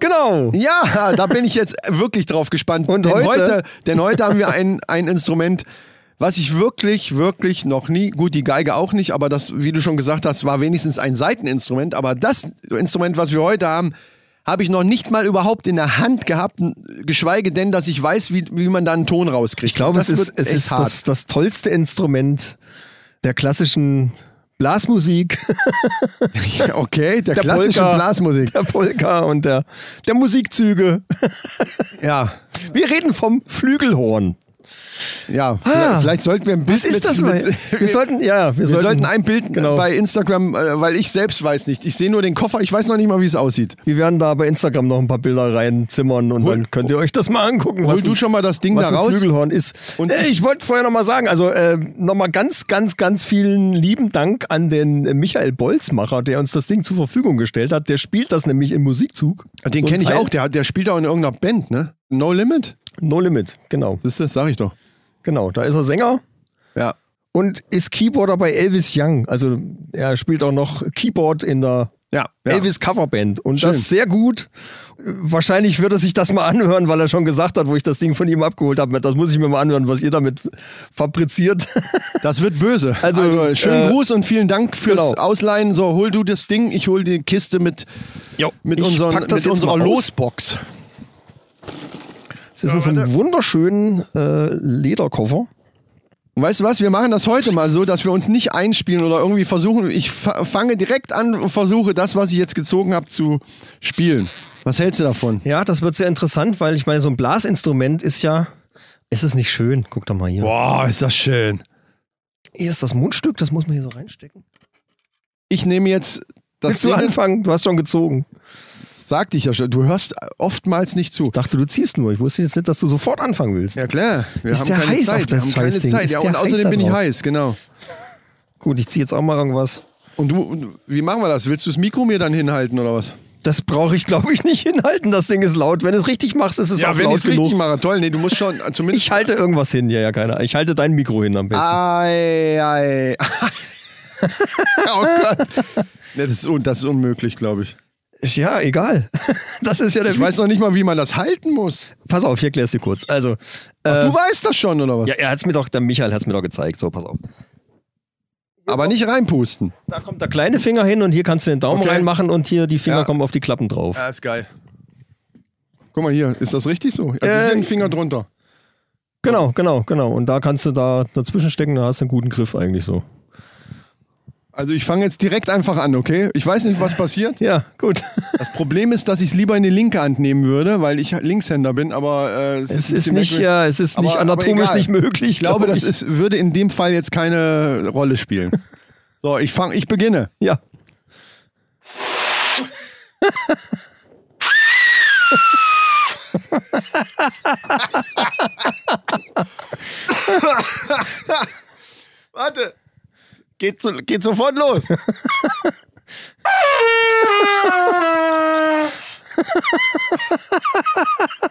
S1: Genau.
S2: ja, da bin ich jetzt wirklich drauf gespannt.
S1: Und
S2: denn
S1: heute?
S2: denn heute haben wir ein, ein Instrument, was ich wirklich, wirklich noch nie, gut, die Geige auch nicht, aber das, wie du schon gesagt hast, war wenigstens ein Seiteninstrument. Aber das Instrument, was wir heute haben, habe ich noch nicht mal überhaupt in der Hand gehabt, n- geschweige denn, dass ich weiß, wie, wie man da einen Ton rauskriegt.
S1: Ich glaube,
S2: das
S1: es ist, es
S2: echt
S1: ist
S2: hart.
S1: das, das tollste Instrument der klassischen Blasmusik, [LAUGHS]
S2: [LAUGHS] Okay, der,
S1: der
S2: klassischen
S1: Polka,
S2: Blasmusik.
S1: der Polka und der, der Musikzüge.
S2: Ja,
S1: Wir reden vom Flügelhorn.
S2: ja. Vielleicht sollten wir ein
S1: Was
S2: bisschen.
S1: ist das?
S2: mit,
S1: [LAUGHS] wir sollten, ja, wir,
S2: Wir sollten ein Bild
S1: genau.
S2: bei Instagram, äh, weil ich selbst weiß nicht. Ich sehe nur den Koffer, ich weiß noch nicht mal, wie es aussieht.
S1: Wir werden da bei Instagram noch ein paar Bilder reinzimmern und dann könnt ihr euch das mal angucken.
S2: Hol
S1: was
S2: du
S1: ein-
S2: schon mal das Ding
S1: was
S2: da
S1: ein
S2: raus.
S1: Flügelhorn ist. Und
S2: Und
S1: äh,
S2: ich-
S1: ich wollte vorher noch mal sagen, also äh, noch mal ganz, ganz, ganz vielen lieben Dank an den äh, Michael Bolzmacher, der uns das Ding zur Verfügung gestellt hat. Der spielt das nämlich im Musikzug.
S2: Den
S1: So ein
S2: kenne ich
S1: Teil.
S2: auch, der, hat- der spielt auch in irgendeiner Band, ne? No Limit?
S1: No Limit, genau,
S2: Das ist das, sag ich doch.
S1: genau. Da ist er Sänger
S2: Ja.
S1: und ist Keyboarder bei Elvis Young. Also er spielt auch noch Keyboard in der
S2: Ja. ja.
S1: Elvis Coverband und
S2: Schön.
S1: das sehr gut. Wahrscheinlich wird er sich das mal [LAUGHS] anhören, weil er schon gesagt hat, wo ich das Ding von ihm abgeholt habe. Das muss ich mir mal anhören, was ihr damit fabriziert.
S2: [LAUGHS] Das wird böse.
S1: Also,
S2: schönen
S1: äh,
S2: Gruß und vielen Dank fürs
S1: genau.
S2: Ausleihen. So, hol du das Ding, ich hol die Kiste mit,
S1: Jo,
S2: mit,
S1: ich
S2: unseren,
S1: pack das
S2: mit
S1: jetzt
S2: unserer
S1: mal aus.
S2: Losbox.
S1: Es ist in so einem wunderschönen äh, Lederkoffer.
S2: Und weißt du was, wir machen das heute mal so, dass wir uns nicht einspielen oder irgendwie versuchen. Ich fa- fange direkt an und versuche das, was ich jetzt gezogen habe, zu spielen. Was hältst du davon?
S1: Ja, das wird sehr interessant, weil ich meine, so ein Blasinstrument ist ja. Ist es nicht schön? Guck doch mal hier.
S2: Boah, ist das schön.
S1: Hier ist das Mundstück, das muss man hier so reinstecken.
S2: Ich nehme jetzt das
S1: Willst du
S2: Ding,
S1: anfangen? Du hast schon gezogen.
S2: sagte ich ja schon, du hörst oftmals nicht zu.
S1: Ich dachte, du ziehst nur. Ich wusste jetzt nicht, dass du sofort anfangen willst.
S2: Ja klar, wir
S1: Ist
S2: haben
S1: der
S2: keine
S1: heiß
S2: Zeit,
S1: auf
S2: wir
S1: das
S2: haben keine
S1: Scheißding?
S2: Zeit.
S1: Ist
S2: Ja,
S1: der
S2: und
S1: heiß
S2: außerdem
S1: da
S2: bin ich
S1: drauf?
S2: heiß, genau.
S1: Gut, ich ziehe jetzt auch mal irgendwas.
S2: Und du, und wie machen wir das? Willst du das Mikro mir dann hinhalten oder was?
S1: Das brauche ich, glaube ich, nicht hinhalten. Das Ding ist laut. Wenn du es richtig machst, ist es auch
S2: wenn ich
S1: laut
S2: es richtig
S1: genug.
S2: mache, toll. Nee, du musst [LAUGHS] schon äh, zumindest.
S1: Ich halte irgendwas hin, ja, ja, keiner. Ich halte dein Mikro hin am besten.
S2: Ah. Ei, ei. [LAUGHS] oh Gott. Nee, das, ist, un- das ist unmöglich, glaube ich.
S1: Ja, egal. [LAUGHS] Das ist ja der
S2: Ich weiß
S1: Witz.
S2: noch nicht mal, wie man das halten muss.
S1: Pass auf, ich erkläre es dir kurz. Also, äh,
S2: Du weißt das schon, oder was?
S1: ja, er hat's mir doch, der Michael hat es mir doch gezeigt. So, pass auf.
S2: Aber nicht reinpusten.
S1: Da kommt der kleine Finger hin und hier kannst du den Daumen
S2: Okay.
S1: reinmachen und hier die Finger
S2: Ja.
S1: kommen auf die Klappen drauf.
S2: Ja, ist geil. Guck mal hier, ist das richtig so? Also
S1: Äh,
S2: hier den Finger drunter.
S1: Genau, genau, genau. Und da kannst du da dazwischen stecken, da hast du einen guten Griff eigentlich so.
S2: Also ich fange jetzt direkt einfach an, okay? Ich weiß nicht, was passiert.
S1: Ja,
S2: [LAUGHS]
S1: gut.
S2: Das Problem ist, dass ich es lieber in die linke Hand nehmen würde, weil ich Linkshänder bin, aber äh,
S1: Es
S2: es, ein
S1: ist
S2: bisschen
S1: nicht,
S2: merkwürdig.
S1: ja, es ist nicht
S2: Aber- aber
S1: anatomisch
S2: egal.
S1: nicht möglich.
S2: Ich glaube, das ist, würde in dem Fall jetzt keine
S1: [LAUGHS]
S2: Rolle spielen. So, ich fange, ich beginne.
S1: Ja.
S2: Warte. Geht, so, geht
S1: [LAUGHS]
S2: sofort los.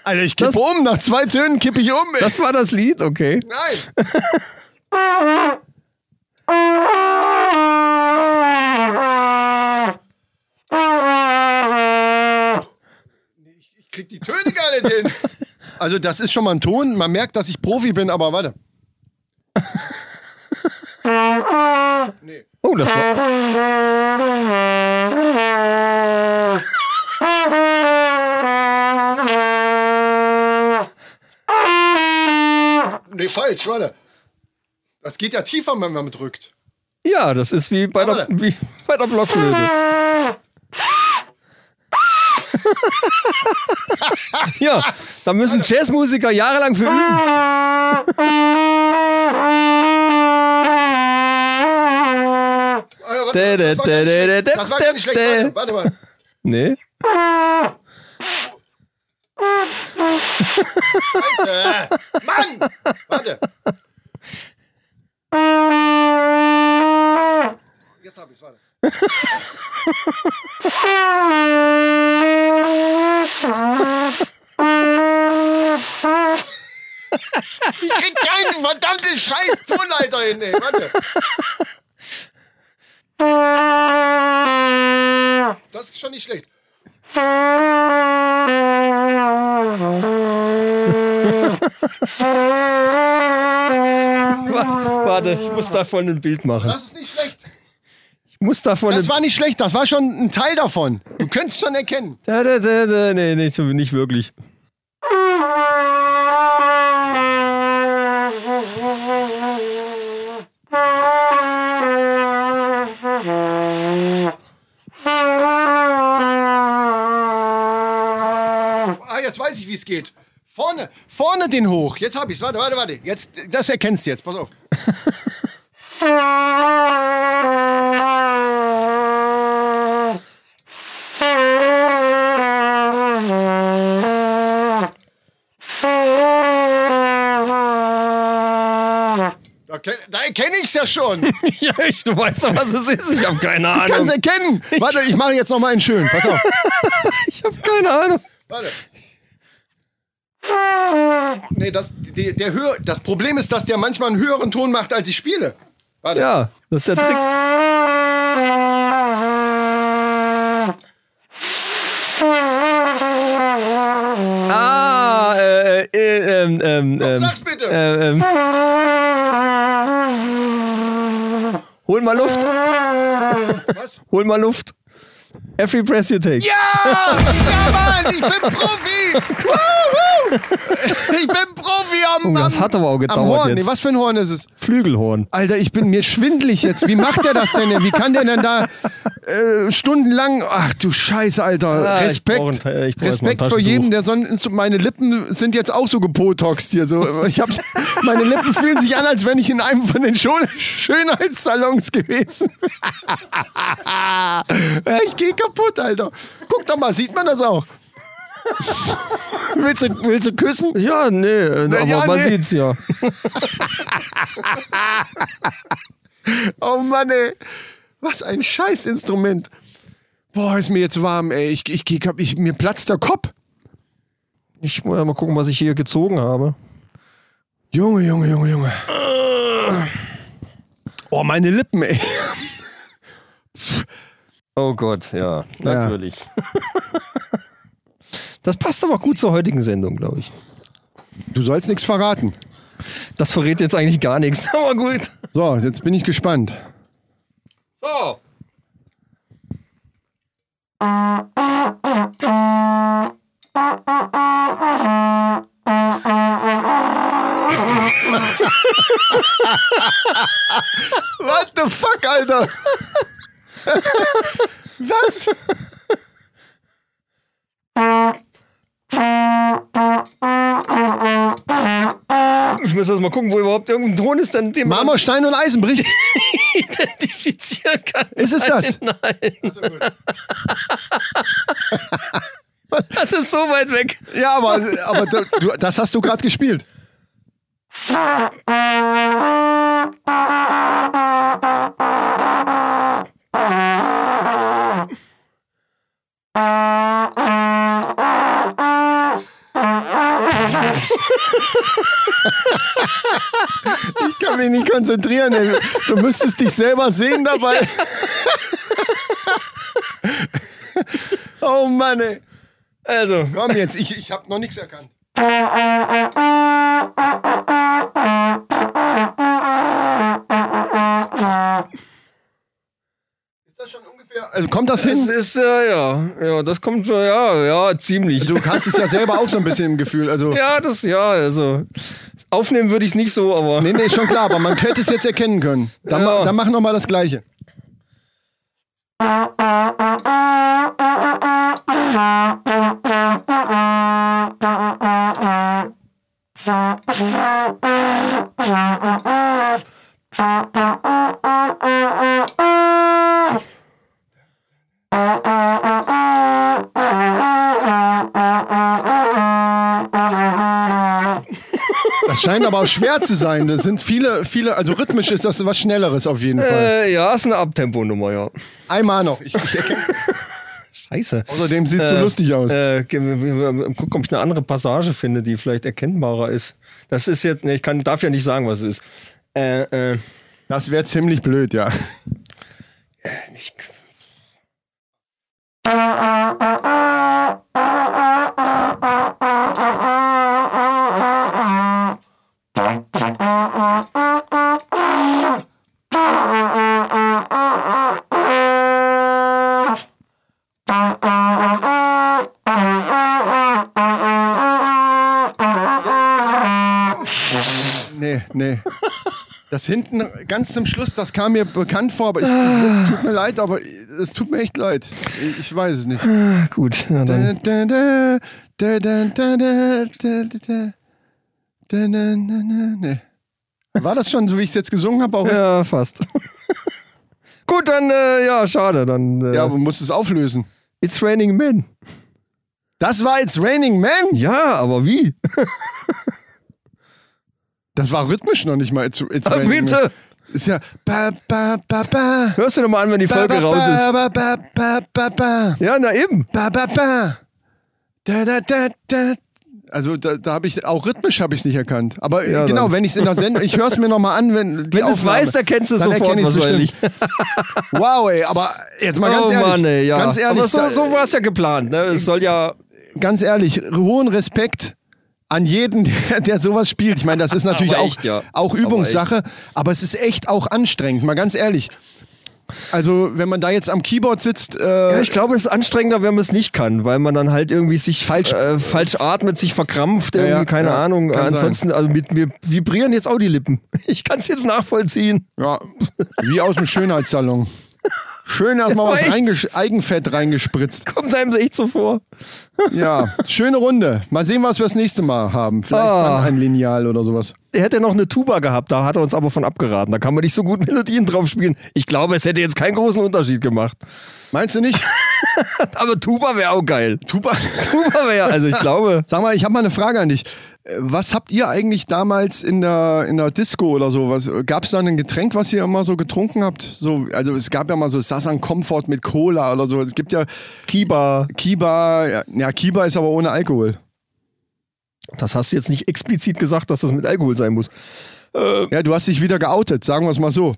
S2: Alter, ich kippe um. Nach zwei Tönen kippe ich um. ey.
S1: Das war das Lied, okay.
S2: Nein. Ich krieg die Töne gar nicht hin. Also das ist schon mal ein Ton. Man merkt, dass ich Profi bin, aber warte.
S1: Oh, das war.
S2: Nee, falsch, warte. Das geht ja tiefer, wenn man drückt.
S1: Ja, das ist wie bei, der,
S2: Warte.
S1: wie bei der Blockflöte. ja, da müssen Jazzmusiker jahrelang für üben.
S2: Ah, ja,
S1: Dä,
S2: warte,
S1: dä,
S2: das war gar nicht
S1: dä,
S2: schlecht.
S1: dä, dä,
S2: Das war gar nicht schlecht. Warte, warte mal.
S1: Nee.
S2: Äh, Mann! Warte. Ich krieg keinen verdammten scheiß Tonleiter hin, ey. Warte. Das ist schon nicht schlecht.
S1: Wa- Warte, ich muss davon ein Bild machen.
S2: Das ist nicht schlecht.
S1: Ich muss davon ein
S2: Das war nicht schlecht, das war schon ein Teil davon. Du könntest schon erkennen.
S1: Da, da, da, da, nee, nicht, so- nicht wirklich. [LAUGHS]
S2: Ah, jetzt weiß ich, wie es geht. Vorne, vorne den hoch. Jetzt hab ich's. Warte, warte, warte. Jetzt, das erkennst du jetzt. Pass auf. Da, ken- da erkenne ich's ja schon. [LAUGHS] Ich
S1: Ja, ich, du weißt doch, was es ist. Ich habe keine
S2: kann's
S1: Ahnung.
S2: erkennen. Warte, ich mache jetzt noch mal einen schönen. Pass auf.
S1: Ich habe keine Ahnung.
S2: Warte. Nee, das, die, der Hör, das Problem ist, dass der manchmal einen höheren Ton macht, als ich spiele. Warte.
S1: Ja, das ist der Trick. Ah, äh, äh, ähm, ähm, ähm,
S2: Sag's bitte.
S1: äh, ähm. Hol mal Luft,
S2: Was?
S1: hol mal Luft. Every breath you take.
S2: Ja! Ja, Mann! Ich bin
S1: [LAUGHS]
S2: Profi! Wuhu! Ich bin Profi am,
S1: Oh, das
S2: am,
S1: hat aber auch gedauert
S2: am Horn.
S1: jetzt.
S2: Nee, was für ein Horn ist es?
S1: Flügelhorn.
S2: Alter, ich bin mir schwindlig jetzt. Wie macht der das denn? Wie kann der denn da äh, stundenlang? Ach du Scheiße, Alter.
S1: Ah, ich brauch ein
S2: Respekt.
S1: Te- ich brauch erst mal ein
S2: Respekt vor
S1: Taschentuch.
S2: jedem, der sonst. Meine Lippen sind jetzt auch so gepotoxt hier. So, ich hab, meine Lippen fühlen sich an, als wenn ich in einem von den Scho- Schönheitssalons gewesen wäre. ich geh kaputt, Alter. Guck doch mal, sieht man das auch? willst, du, willst du küssen?
S1: Ja, nee, äh, aber
S2: ja,
S1: man
S2: nee.
S1: sieht's ja.
S2: Oh Mann, ey. Was ein Scheißinstrument. Boah, ist mir jetzt warm, ey. Ich, ich, ich, ich, mir platzt der Kopf.
S1: Ich muss ja mal gucken, was ich hier gezogen habe.
S2: Junge, Junge, Junge, Junge. Oh, meine Lippen, ey.
S1: Oh Gott, ja,
S2: natürlich.
S1: [LAUGHS] Das passt aber gut zur heutigen Sendung, glaube ich.
S2: Du sollst nichts verraten.
S1: Das verrät jetzt eigentlich gar nichts, [LAUGHS] aber gut.
S2: So, jetzt bin ich gespannt.
S1: So.
S2: [LAUGHS] What the fuck, Alter? Was?
S1: Ich muss erst mal gucken, wo überhaupt irgendein Ton ist, dann den man
S2: Marmor, Stein und Eisen bricht.
S1: identifizieren kann.
S2: Ist es das?
S1: Nein. Das ist so weit weg.
S2: Ja, aber, aber du, du- das hast du gerade gespielt. Ich kann mich nicht konzentrieren. Ey. Du müsstest dich selber sehen dabei. Oh Mann, ey.
S1: Also,
S2: Komm jetzt, ich, ich habe noch nichts erkannt. Ist das schon ungefähr? Also kommt das
S1: das
S2: hin?
S1: ist ja, ja, ja, das kommt schon, ja, ja, ziemlich.
S2: Du hast es ja selber auch so ein bisschen im Gefühl. Also,
S1: Ja, das, ja, also. Aufnehmen würde ich es nicht so, aber.
S2: nee, nee, schon klar, aber man könnte es jetzt erkennen können. Dann,
S1: Ja.
S2: ma, dann mach nochmal das Gleiche. Das scheint aber auch schwer zu sein. Das sind viele, viele, also rhythmisch ist das was Schnelleres auf jeden Fall.
S1: Äh, ja, ist eine Abtempo-Nummer, ja.
S2: Einmal noch. Ich, ich erkenn's.
S1: Scheiße.
S2: Außerdem siehst du lustig aus.
S1: Äh, ge- w- w- guck, ob ich eine andere Passage finde, die vielleicht erkennbarer ist. Das ist jetzt, ne, ich kann, darf ja nicht sagen, was es ist. Äh, äh,
S2: Das wäre ziemlich blöd, ja.
S1: ich,
S2: Nee, nee. Das hinten ganz zum Schluss, das kam mir bekannt vor, aber ich, tut mir leid, aber es tut mir echt leid. Ich- Ich weiß es nicht.
S1: gut, na dann.
S2: Da, da, da, da, da, da, da, da, da, da, na, na, na, Nee. War das schon so, wie ich es jetzt gesungen habe? Auch ja.
S1: Ja, fast. [LAUGHS] gut, dann, äh, ja, schade. Dann, äh,
S2: ja, aber man muss es auflösen.
S1: It's Raining Men.
S2: Das war It's Raining Man.
S1: Ja, aber wie?
S2: Das war rhythmisch noch nicht mal It's, It's
S1: Ah,
S2: Raining
S1: bitte.
S2: Man. Ist ja ba, ba, ba, ba.
S1: Hörst du nochmal an, wenn die Folge
S2: ba, ba,
S1: raus ist?
S2: Ba, ba, ba, ba, ba.
S1: Ja, na eben.
S2: Ba, ba, ba. Da, da, da, da. Also da, da habe ich auch rhythmisch habe ich es nicht erkannt. Aber äh,
S1: Ja,
S2: genau,
S1: dann.
S2: wenn ich es in der Sendung, ich höre es mir nochmal an, wenn die
S1: Wenn du es
S2: Aufnahme-
S1: weißt, erkennst du es
S2: dann
S1: sofort
S2: erkenne ich's
S1: wahrscheinlich.
S2: bestimmt. Wow, ey, aber jetzt mal ganz
S1: oh
S2: ehrlich,
S1: Mann, ey, ja.
S2: ganz ehrlich,
S1: aber so,
S2: da-
S1: so war es ja geplant. Ne? Es soll ja
S2: ganz ehrlich, hohen Respekt an jeden, [LAUGHS] der, der sowas spielt. Ich meine, das ist natürlich
S1: Aber
S2: auch,
S1: echt, ja.
S2: auch Übungssache, aber, es ist echt auch anstrengend, mal ganz ehrlich. Also, wenn man da jetzt am Keyboard sitzt, äh,
S1: Ja, ich glaube, es ist anstrengender, wenn man es nicht kann, weil man dann halt irgendwie sich falsch, äh, falsch atmet, sich verkrampft, irgendwie,
S2: ja,
S1: keine
S2: ja,
S1: Ahnung. Äh,
S2: kann sein.
S1: Ansonsten, also mit mir vibrieren jetzt auch die Lippen. [LAUGHS] Ich kann es jetzt nachvollziehen.
S2: Ja, wie aus dem Schönheitssalon. Schön erstmal
S1: Ja,
S2: was
S1: echt.
S2: reingesch- Eigenfett reingespritzt.
S1: Kommt einem echt so vor.
S2: Ja, schöne Runde. Mal sehen, was wir das nächste Mal haben. Vielleicht
S1: Ah.
S2: dann ein Lineal oder sowas.
S1: Er hätte noch eine Tuba gehabt, da hat er uns aber von abgeraten. Da kann man nicht so gut [LAUGHS] Melodien drauf spielen. Ich glaube, es hätte jetzt keinen großen Unterschied gemacht. [LAUGHS]
S2: Meinst du nicht?
S1: Aber Tuba wäre auch geil.
S2: [LAUGHS] Tuba.
S1: [LAUGHS] Tuba wäre, also ich glaube.
S2: Sag mal, ich habe mal eine Frage an dich. Äh, Was habt ihr eigentlich damals in der, in der Disco oder so? Gab es da ein Getränk, was ihr immer so getrunken habt? So, also es gab ja mal so Sasan Comfort mit Cola oder so. Es gibt ja
S1: Kiba.
S2: Kiba. Ja, ja, Kiba ist aber ohne Alkohol.
S1: Das hast du jetzt nicht explizit gesagt, dass das mit Alkohol sein muss.
S2: Ja, du hast dich wieder geoutet, sagen wir es mal so.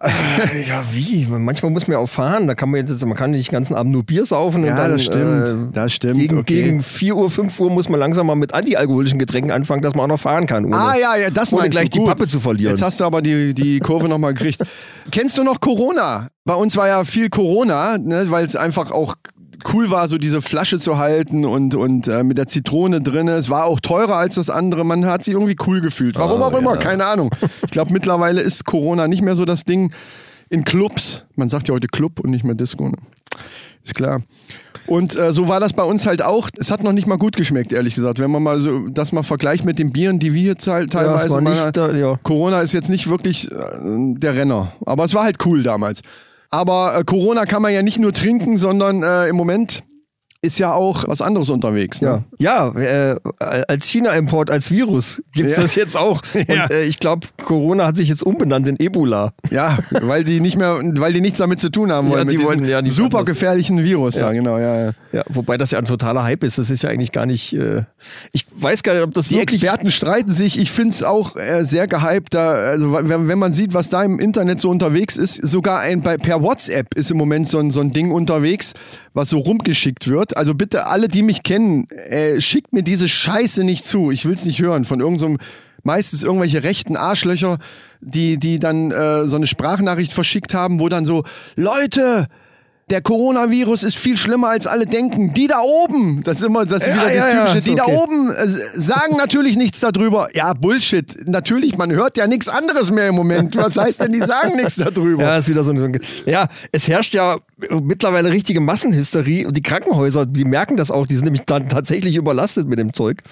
S1: Ja, wie? Manchmal muss man ja auch fahren. Da kann man jetzt, man kann nicht den ganzen Abend nur Bier saufen. und
S2: Ja,
S1: dann,
S2: Ah, das stimmt.
S1: Äh,
S2: das stimmt.
S1: Gegen,
S2: okay.
S1: gegen 4 Uhr, 5 Uhr muss man langsam mal mit antialkoholischen Getränken anfangen, dass man auch noch fahren kann. Ohne.
S2: ah, ja, ja, das
S1: ohne
S2: meinst
S1: gleich
S2: du.
S1: die
S2: Gut.
S1: Pappe zu verlieren.
S2: Jetzt hast du aber die, die Kurve nochmal
S1: [LAUGHS]
S2: gekriegt. Kennst du noch Corona? Bei uns war ja viel Corona, ne, weil es einfach auch cool war, so diese Flasche zu halten und, und äh, mit der Zitrone drin. Es war auch teurer als das andere. Man hat sich irgendwie cool gefühlt.
S1: Ah,
S2: Warum auch immer, keine Ahnung. Ich glaube, mittlerweile ist Corona nicht mehr so das Ding in Clubs. Man sagt ja heute Club und nicht mehr Disco. Ne? Ist klar. Und äh, so war das bei uns halt auch. Es hat noch nicht mal gut geschmeckt, ehrlich gesagt. Wenn man mal so das mal vergleicht mit den Bieren, die wir hier teil-
S1: ja,
S2: teilweise
S1: das war
S2: mal-
S1: nicht, da, ja.
S2: Corona ist jetzt nicht wirklich äh, der Renner, aber es war halt cool damals. Aber äh, Corona kann man ja nicht nur trinken, sondern äh, im Moment ist ja auch was anderes unterwegs.
S1: Ja,
S2: Ne?
S1: ja äh, als China-Import, als Virus gibt's
S2: Ja.
S1: das jetzt auch. Und
S2: [LAUGHS] Ja.
S1: äh, ich glaube, Corona hat sich jetzt umbenannt in Ebola.
S2: Ja, weil die nicht mehr, weil die nichts damit zu tun haben
S1: Ja,
S2: wollen.
S1: die
S2: mit diesem
S1: wollen ja nicht
S2: super
S1: anders.
S2: gefährlichen Virus da, genau, ja. ja.
S1: Ja, wobei das ja ein totaler Hype ist. Das ist ja eigentlich gar nicht. Äh, ich weiß gar nicht, ob das
S2: Die
S1: wirklich.
S2: Experten streiten sich. Ich finde es auch äh, sehr gehypt. Da, also, wenn, wenn man sieht, was da im Internet so unterwegs ist, sogar ein, bei, per WhatsApp ist im Moment so ein, so ein Ding unterwegs, was so rumgeschickt wird. Also bitte alle, die mich kennen, äh, schickt mir diese Scheiße nicht zu. Ich will es nicht hören von irgendeinem, meistens irgendwelche rechten Arschlöcher, die, die dann äh, so eine Sprachnachricht verschickt haben, wo dann so, Leute, der Coronavirus ist viel schlimmer als alle denken. Die da oben, das ist immer das ist
S1: Ja,
S2: wieder
S1: Äh, ah, ja,
S2: das
S1: ja,
S2: typische,
S1: ist
S2: die da
S1: okay.
S2: oben äh, sagen natürlich nichts darüber. Ja, Bullshit. Natürlich, man hört ja nichts anderes mehr im Moment. Was heißt denn, die sagen nichts darüber?
S1: Ja, ist wieder so ein, so ein. Ja, es herrscht ja mittlerweile richtige Massenhysterie und die Krankenhäuser, die merken das auch, die sind nämlich dann tatsächlich überlastet mit dem Zeug.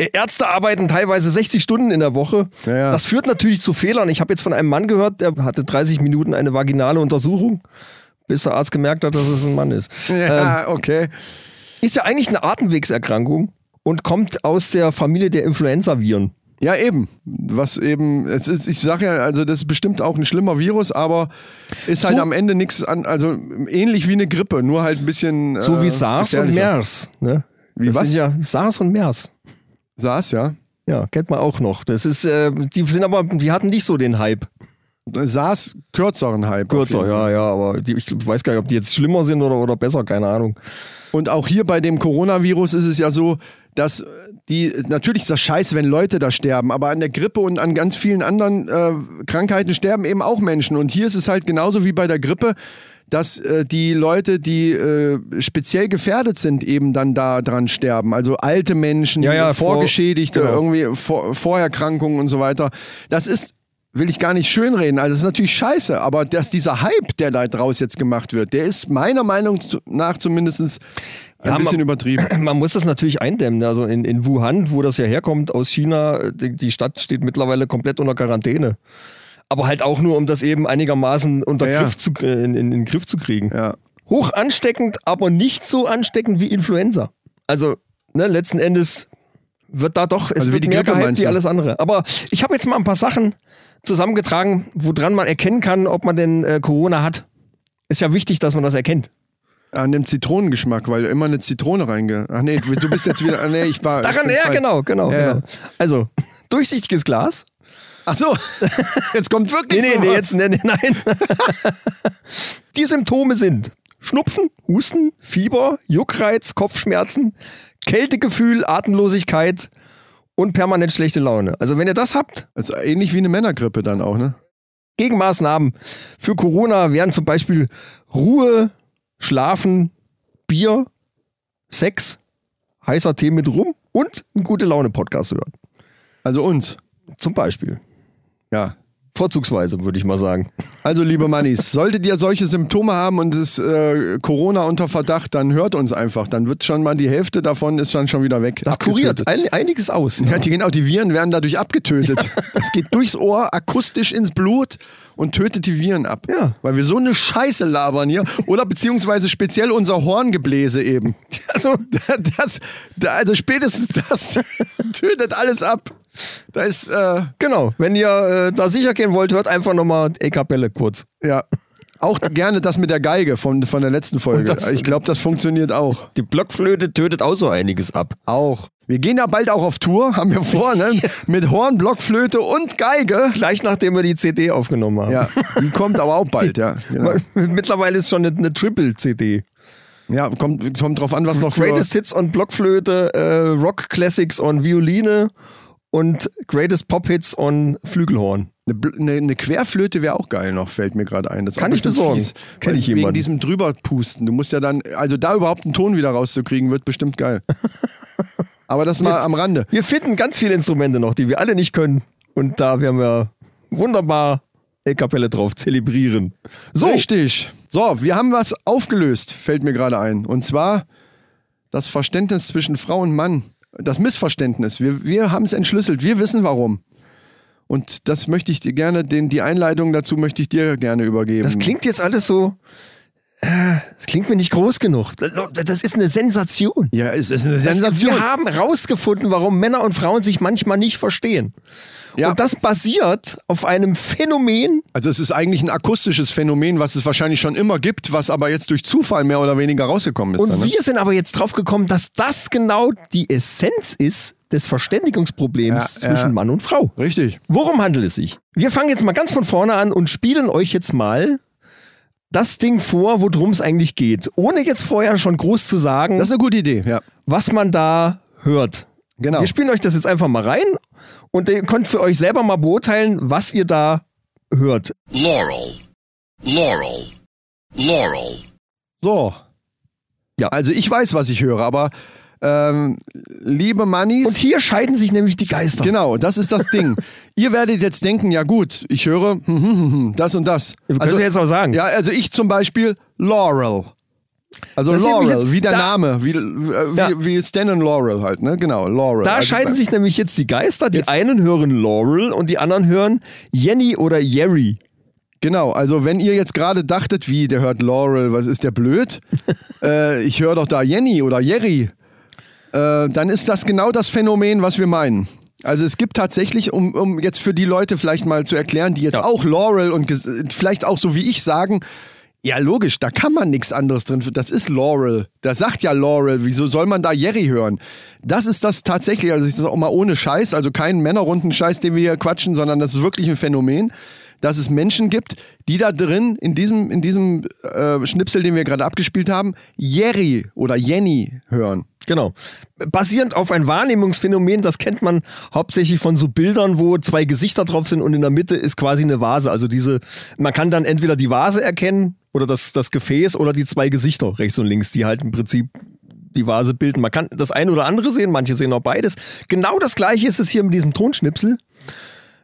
S1: Ä- Ärzte arbeiten teilweise 60 Stunden in der Woche.
S2: Ja, ja.
S1: Das führt natürlich zu Fehlern. Ich habe jetzt von einem Mann gehört, der hatte 30 Minuten eine vaginale Untersuchung, bis der Arzt gemerkt hat, dass es ein Mann ist. Ähm,
S2: Ja, okay.
S1: Ist ja eigentlich eine Atemwegserkrankung und kommt aus der Familie der Influenza-Viren.
S2: Ja, eben. Was eben, es ist, ich sage ja, also das ist bestimmt auch ein schlimmer Virus, aber ist halt am Ende nichts an, also ähnlich wie eine Grippe, nur halt ein bisschen.
S1: So wie
S2: äh,
S1: SARS und
S2: gefährlicher.
S1: MERS. Ne?
S2: Wie
S1: das
S2: was?
S1: Sind ja SARS und MERS.
S2: SARS, ja.
S1: Ja, kennt man auch noch. Das ist, äh, die sind aber, die hatten nicht so den Hype.
S2: SARS kürzeren Hype. auf jeden
S1: Kürzer, ja, ja, aber die, ich weiß gar nicht, ob die jetzt schlimmer sind oder, oder besser, keine Ahnung.
S2: Und auch hier bei dem Coronavirus ist es ja so, dass die, natürlich ist das scheiße, wenn Leute da sterben, aber an der Grippe und an ganz vielen anderen äh, Krankheiten sterben eben auch Menschen. Und hier ist es halt genauso wie bei der Grippe, dass äh, die Leute, die äh, speziell gefährdet sind, eben dann da dran sterben. Also alte Menschen,
S1: Ja, ja, vor-
S2: Vorgeschädigte,
S1: genau.
S2: irgendwie vor, Vorerkrankungen und so weiter. Das ist, will ich gar nicht schönreden. Also, das ist natürlich scheiße, aber dass dieser Hype, der da draus jetzt gemacht wird, der ist meiner Meinung zu- nach zumindest ein
S1: Ja,
S2: bisschen
S1: man-
S2: übertrieben.
S1: Man muss das natürlich eindämmen. Also in, in Wuhan, wo das ja herkommt, aus China, äh, die, die Stadt steht mittlerweile komplett unter Quarantäne. Aber halt auch nur, um das eben einigermaßen unter
S2: Ja, ja.
S1: Griff zu, äh, in, in, in den Griff zu kriegen.
S2: Ja.
S1: Hoch ansteckend, aber nicht so ansteckend wie Influenza. Also, ne, letzten Endes wird da doch, es
S2: Also wie
S1: wird
S2: die
S1: mehr
S2: Grippe
S1: gehypt
S2: meinst
S1: wie
S2: du?
S1: alles andere. Aber ich habe jetzt mal ein paar Sachen zusammengetragen, woran man erkennen kann, ob man denn äh, Corona hat. Ist ja wichtig, dass man das erkennt.
S2: An dem Zitronengeschmack, weil du immer eine Zitrone reinge. Ach nee, du bist jetzt wieder. ah, Nee, ich war. ich
S1: [LAUGHS] Daran,
S2: bin
S1: ja,
S2: falsch.
S1: genau, genau,
S2: Ja, ja.
S1: genau. Also, [LAUGHS] durchsichtiges Glas.
S2: Ach so, [LAUGHS] jetzt kommt wirklich.
S1: Nee, nee, nee,
S2: sowas.
S1: jetzt, nee, nee, nein. [LAUGHS] Die Symptome sind Schnupfen, Husten, Fieber, Juckreiz, Kopfschmerzen, Kältegefühl, Atemlosigkeit und permanent schlechte Laune. Also, wenn ihr das habt,
S2: Das ist ähnlich wie eine Männergrippe dann auch, ne?
S1: Gegenmaßnahmen für Corona wären zum Beispiel Ruhe, Schlafen, Bier, Sex, heißer Tee mit Rum und einen gute Laune Podcast hören.
S2: Also uns.
S1: Zum Beispiel.
S2: Ja.
S1: Vorzugsweise, würde ich mal sagen.
S2: Also, liebe Mannis, solltet ihr solche Symptome haben und es äh, Corona unter Verdacht, dann hört uns einfach. Dann wird schon mal die Hälfte davon ist dann schon wieder weg.
S1: Das kuriert ne? ein, einiges aus.
S2: Ja, die, genau, die Viren werden dadurch abgetötet. Es geht durchs Ohr, akustisch ins Blut und tötet die Viren ab.
S1: Ja.
S2: Weil wir so eine Scheiße labern hier. Oder beziehungsweise speziell unser Horngebläse eben.
S1: Also,
S2: Das, da- also spätestens das [LAUGHS] tötet alles ab. Da ist, äh,
S1: genau. Wenn ihr äh, da sicher gehen wollt, hört einfach nochmal E-Kapelle kurz.
S2: ja. Auch gerne das mit der Geige von, von der letzten Folge.
S1: Und das-
S2: ich glaube, das funktioniert auch.
S1: Die Blockflöte tötet auch so einiges ab.
S2: Auch. Wir gehen ja bald auch auf Tour, haben wir
S1: [LAUGHS]
S2: vor, ne? Mit Horn, Blockflöte und Geige.
S1: Gleich nachdem wir die CD aufgenommen haben.
S2: Ja, die kommt aber auch
S1: [LAUGHS]
S2: bald, ja. Genau.
S1: Mittlerweile ist schon eine, eine Triple-CD.
S2: Ja, kommt, kommt drauf an, was noch für...
S1: Greatest Hits on Blockflöte, äh, Rock Classics on Violine und Greatest Pop Hits on Flügelhorn.
S2: Eine, Bl- eine, eine Querflöte wäre auch geil noch, fällt mir gerade ein. Das ist
S1: Kann
S2: auch
S1: ich
S2: bestimmt
S1: besorgen.
S2: fies.
S1: Kenn
S2: Weil
S1: ich
S2: Wegen
S1: jemanden.
S2: diesem drüberpusten. Du musst ja dann, also da überhaupt einen Ton wieder rauszukriegen, wird
S1: [LAUGHS]
S2: bestimmt geil. Aber das mal am Rande.
S1: Wir finden ganz viele Instrumente noch, die wir alle nicht können. Und da werden wir wunderbar E-Kapelle drauf zelebrieren. So,
S2: Richtig. So, wir haben was aufgelöst, fällt mir gerade ein. Und zwar das Verständnis zwischen Frau und Mann. Das Missverständnis. Wir, wir haben es entschlüsselt. Wir wissen warum. Und das möchte ich dir gerne, den, die Einleitung dazu möchte ich dir gerne übergeben.
S1: das klingt jetzt alles so. äh, Das klingt mir nicht groß genug. Das ist eine Sensation.
S2: Ja, es ist eine
S1: Das-
S2: Sensation.
S1: Wir haben rausgefunden, warum Männer und Frauen sich manchmal nicht verstehen.
S2: Ja.
S1: Und das basiert auf einem Phänomen,
S2: Also es ist eigentlich ein akustisches Phänomen, was es wahrscheinlich schon immer gibt, was aber jetzt durch Zufall mehr oder weniger rausgekommen ist.
S1: Und
S2: dann, ne?
S1: wir sind aber jetzt drauf gekommen, dass das genau die Essenz ist des Verständigungsproblems
S2: Ja, ja.
S1: zwischen Mann und Frau.
S2: Richtig.
S1: Worum handelt es sich? Wir fangen jetzt mal ganz von vorne an und spielen euch jetzt mal das Ding vor, worum es eigentlich geht. Ohne jetzt vorher schon groß zu sagen,
S2: Das ist eine gute Idee, ja.
S1: was man da hört.
S2: Genau.
S1: Wir spielen euch das jetzt einfach mal rein und ihr könnt für euch selber mal beurteilen, was ihr da hört.
S8: Laurel. Laurel. Laurel.
S2: So.
S1: Ja.
S2: Also ich weiß, was ich höre, aber ähm, liebe Mannis.
S1: Und hier scheiden sich nämlich die Geister.
S2: Genau, das ist das
S1: [LAUGHS]
S2: Ding. Ihr werdet jetzt denken, ja gut, ich höre hm, hm, hm, hm, das und das.
S1: Wir können es ja jetzt auch sagen.
S2: Ja, also ich zum Beispiel Laurel. Also
S1: Das nehme ich
S2: Laurel,
S1: jetzt-
S2: wie der
S1: da-
S2: Name, wie, äh,
S1: Ja.
S2: wie, wie Stan und Laurel halt, ne? Genau, Laurel.
S1: Da
S2: also,
S1: scheiden sich nämlich jetzt die Geister. Die einen hören Laurel und die anderen hören Jenny oder Jerry.
S2: Genau, also wenn ihr jetzt gerade dachtet, wie, der hört Laurel, was ist
S1: [LAUGHS]
S2: der blöd? äh, ich höre doch da Jenny oder Jerry. Äh, dann ist das genau das Phänomen, was wir meinen. Also es gibt tatsächlich, um, um jetzt für die Leute vielleicht mal zu erklären, die jetzt auch Laurel und ges- vielleicht auch so wie ich sagen, ja logisch, da kann man nichts anderes drin. Das ist Laurel. Da sagt ja Laurel, wieso soll man da Jerry hören? Das ist das tatsächlich, also ich das auch mal ohne Scheiß, also keinen Männerrunden-Scheiß, den wir hier quatschen, sondern das ist wirklich ein Phänomen, dass es Menschen gibt, die da drin, in diesem, in diesem äh, Schnipsel, den wir gerade abgespielt haben, Jerry oder Jenny hören.
S1: Genau. Basierend auf ein Wahrnehmungsphänomen, das kennt man hauptsächlich von so Bildern, wo zwei Gesichter drauf sind und in der Mitte ist quasi eine Vase. Also diese, man kann dann entweder die Vase erkennen oder das, das Gefäß oder die zwei Gesichter rechts und links, die halt im Prinzip die Vase bilden. Man kann das eine oder andere sehen, manche sehen auch beides. Genau das gleiche ist es hier mit diesem Tonschnipsel.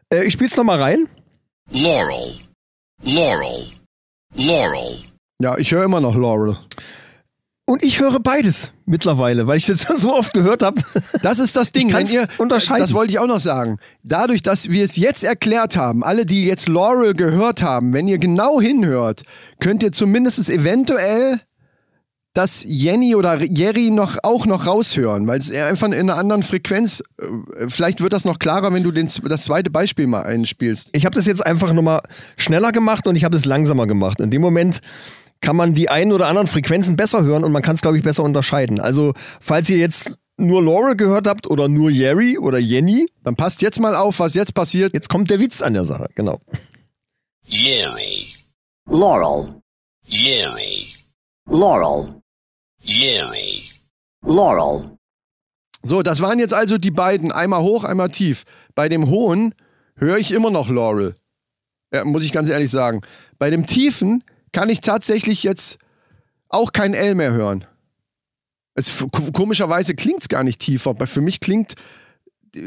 S1: Äh, ich spiel's nochmal rein.
S8: Laurel. Laurel. Laurel.
S2: Ja, ich höre immer noch Laurel.
S1: Und ich höre beides mittlerweile, weil ich das [LAUGHS] schon so oft gehört habe.
S2: Das ist das Ding,
S1: Ich
S2: wenn
S1: kann's
S2: ihr
S1: unterscheiden.
S2: Das wollte ich auch noch sagen. Dadurch, dass wir es jetzt erklärt haben, alle, die jetzt Laurel gehört haben, wenn ihr genau hinhört, könnt ihr zumindest eventuell das Jenny oder Jerry noch auch noch raushören, weil es eher einfach in einer anderen Frequenz. äh, Vielleicht wird das noch klarer, wenn du den, das zweite Beispiel mal einspielst.
S1: ich habe das jetzt einfach nochmal schneller gemacht und ich habe es langsamer gemacht. In dem Moment kann man die einen oder anderen Frequenzen besser hören und man kann es, glaube ich, besser unterscheiden. Also, falls ihr jetzt nur Laurel gehört habt oder nur Jerry oder Jenny,
S2: Dann passt jetzt mal auf, was jetzt passiert.
S1: jetzt kommt der Witz an der Sache, genau.
S8: Jerry.
S5: Laurel,
S8: Jerry.
S5: Laurel,
S8: Jerry.
S5: Laurel,
S2: So, das waren jetzt also die beiden, einmal hoch, einmal tief. Bei dem hohen höre ich immer noch Laurel. Ja, muss ich ganz ehrlich sagen. Bei dem tiefen kann ich tatsächlich jetzt auch kein L mehr hören. Es, komischerweise klingt es gar nicht tiefer, aber für mich klingt,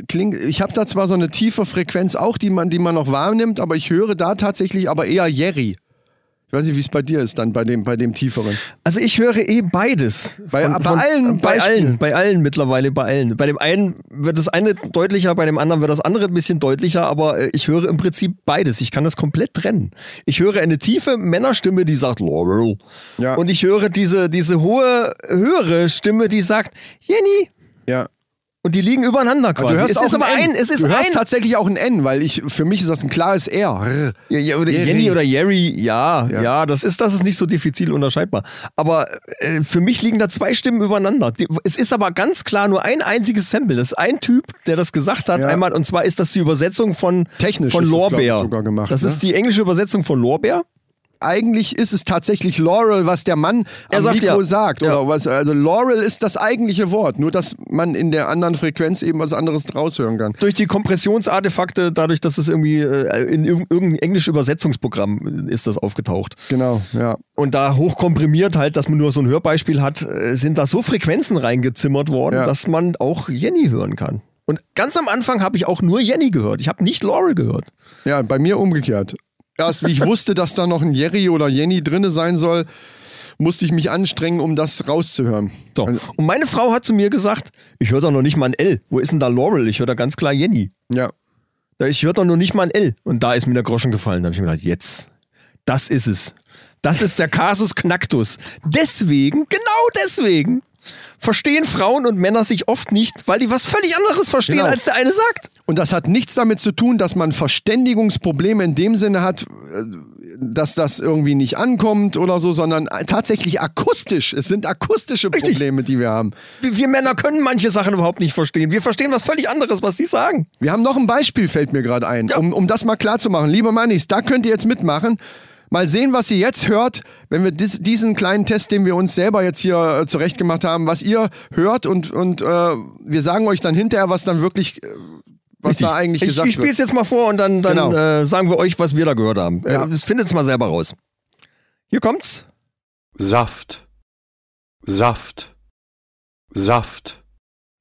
S2: klingt ich habe da zwar so eine tiefe Frequenz auch, die man, die man noch wahrnimmt, aber ich höre da tatsächlich aber eher Jerry. Ich weiß nicht, wie es bei dir ist dann bei dem, bei dem tieferen.
S1: Also ich höre eh beides.
S2: Bei- bei allen
S1: bei
S2: Beispielen.
S1: allen, bei allen mittlerweile, bei allen. Bei dem einen wird das eine deutlicher, bei dem anderen wird das andere ein bisschen deutlicher, aber äh, ich höre im Prinzip beides. Ich kann das komplett trennen. Ich höre eine tiefe Männerstimme, die sagt Laurel.
S2: Ja.
S1: Und ich höre diese, diese hohe, höhere Stimme, die sagt Jenny.
S2: Ja.
S1: Und die liegen übereinander quasi.
S2: Du hörst
S1: es
S2: auch
S1: ist aber ein,
S2: N.
S1: es ist
S2: du hörst
S1: ein.
S2: tatsächlich auch ein N, weil ich für mich ist das ein klares R.
S1: Ja, ja, oder
S2: Jerry.
S1: Jenny oder Jerry, ja,
S2: Ja.
S1: ja, das ist, das ist nicht so diffizil unterscheidbar. Aber äh, für mich liegen da zwei Stimmen übereinander. Die, es ist aber ganz klar nur ein einziges Sample. Das ist ein Typ, der das gesagt hat
S2: Ja.
S1: einmal, und zwar ist das die Übersetzung von,
S2: Technisch
S1: von
S2: ist das, glaub ich,
S1: Lorbeer.
S2: sogar gemacht,
S1: das
S2: ne?
S1: ist die englische Übersetzung von Lorbeer.
S2: Eigentlich ist es tatsächlich Laurel, was der Mann
S1: Er
S2: am
S1: sagt
S2: Mikro
S1: ja.
S2: sagt.
S1: Ja.
S2: Oder was, also Laurel ist das eigentliche Wort, nur dass man in der anderen Frequenz eben was anderes raushören kann.
S1: Durch die Kompressionsartefakte, dadurch, dass es irgendwie äh, in irg- irgendeinem englischen Übersetzungsprogramm ist das aufgetaucht.
S2: Genau, ja.
S1: und da hochkomprimiert halt, dass man nur so ein Hörbeispiel hat, äh, sind da so Frequenzen reingezimmert worden,
S2: Ja.
S1: dass man auch Jenny hören kann. Und ganz am Anfang habe ich auch nur Jenny gehört. Ich habe nicht Laurel gehört.
S2: Ja, bei mir umgekehrt. Erst
S1: [LAUGHS]
S2: wie ich wusste, dass da noch ein Jerry oder Jenny drinne sein soll, musste ich mich anstrengen, um das rauszuhören. Also,
S1: So. Also, Und meine Frau hat zu mir gesagt, ich höre doch noch nicht mal ein L. Wo ist denn da Laurel? Ich höre da ganz klar Jenny.
S2: Ja.
S1: Da- Ich höre doch noch nicht mal ein L. Und da ist mir der Groschen gefallen. Da habe ich mir gedacht, jetzt, das ist es. Das ist der Kasus Knacktus. Deswegen, genau deswegen, verstehen Frauen und Männer sich oft nicht, weil die was völlig anderes verstehen,
S2: Genau.
S1: als der eine sagt.
S2: Und das hat nichts damit zu tun, dass man Verständigungsprobleme in dem Sinne hat, äh, dass das irgendwie nicht ankommt oder so, sondern tatsächlich akustisch. Es sind akustische
S1: Richtig.
S2: Probleme, die wir haben.
S1: Wir wir Männer können manche Sachen überhaupt nicht verstehen. Wir verstehen was völlig anderes, was die sagen.
S2: Wir haben noch ein Beispiel, fällt mir gerade ein, um, um das mal klar zu machen. Liebe Mannis, da könnt ihr jetzt mitmachen. Mal sehen, was ihr jetzt hört, wenn wir dis, diesen kleinen Test, den wir uns selber jetzt hier äh, zurechtgemacht haben, was ihr hört und, und äh, wir sagen euch dann hinterher, was dann wirklich, äh, was da eigentlich
S1: ich
S2: gesagt
S1: ich
S2: wird.
S1: spiel's jetzt mal vor und dann, dann
S2: Genau.
S1: äh, sagen wir euch, was wir da gehört haben.
S2: Ja.
S1: Äh, findet's mal selber raus. Hier kommt's.
S9: Saft. Saft. Saft.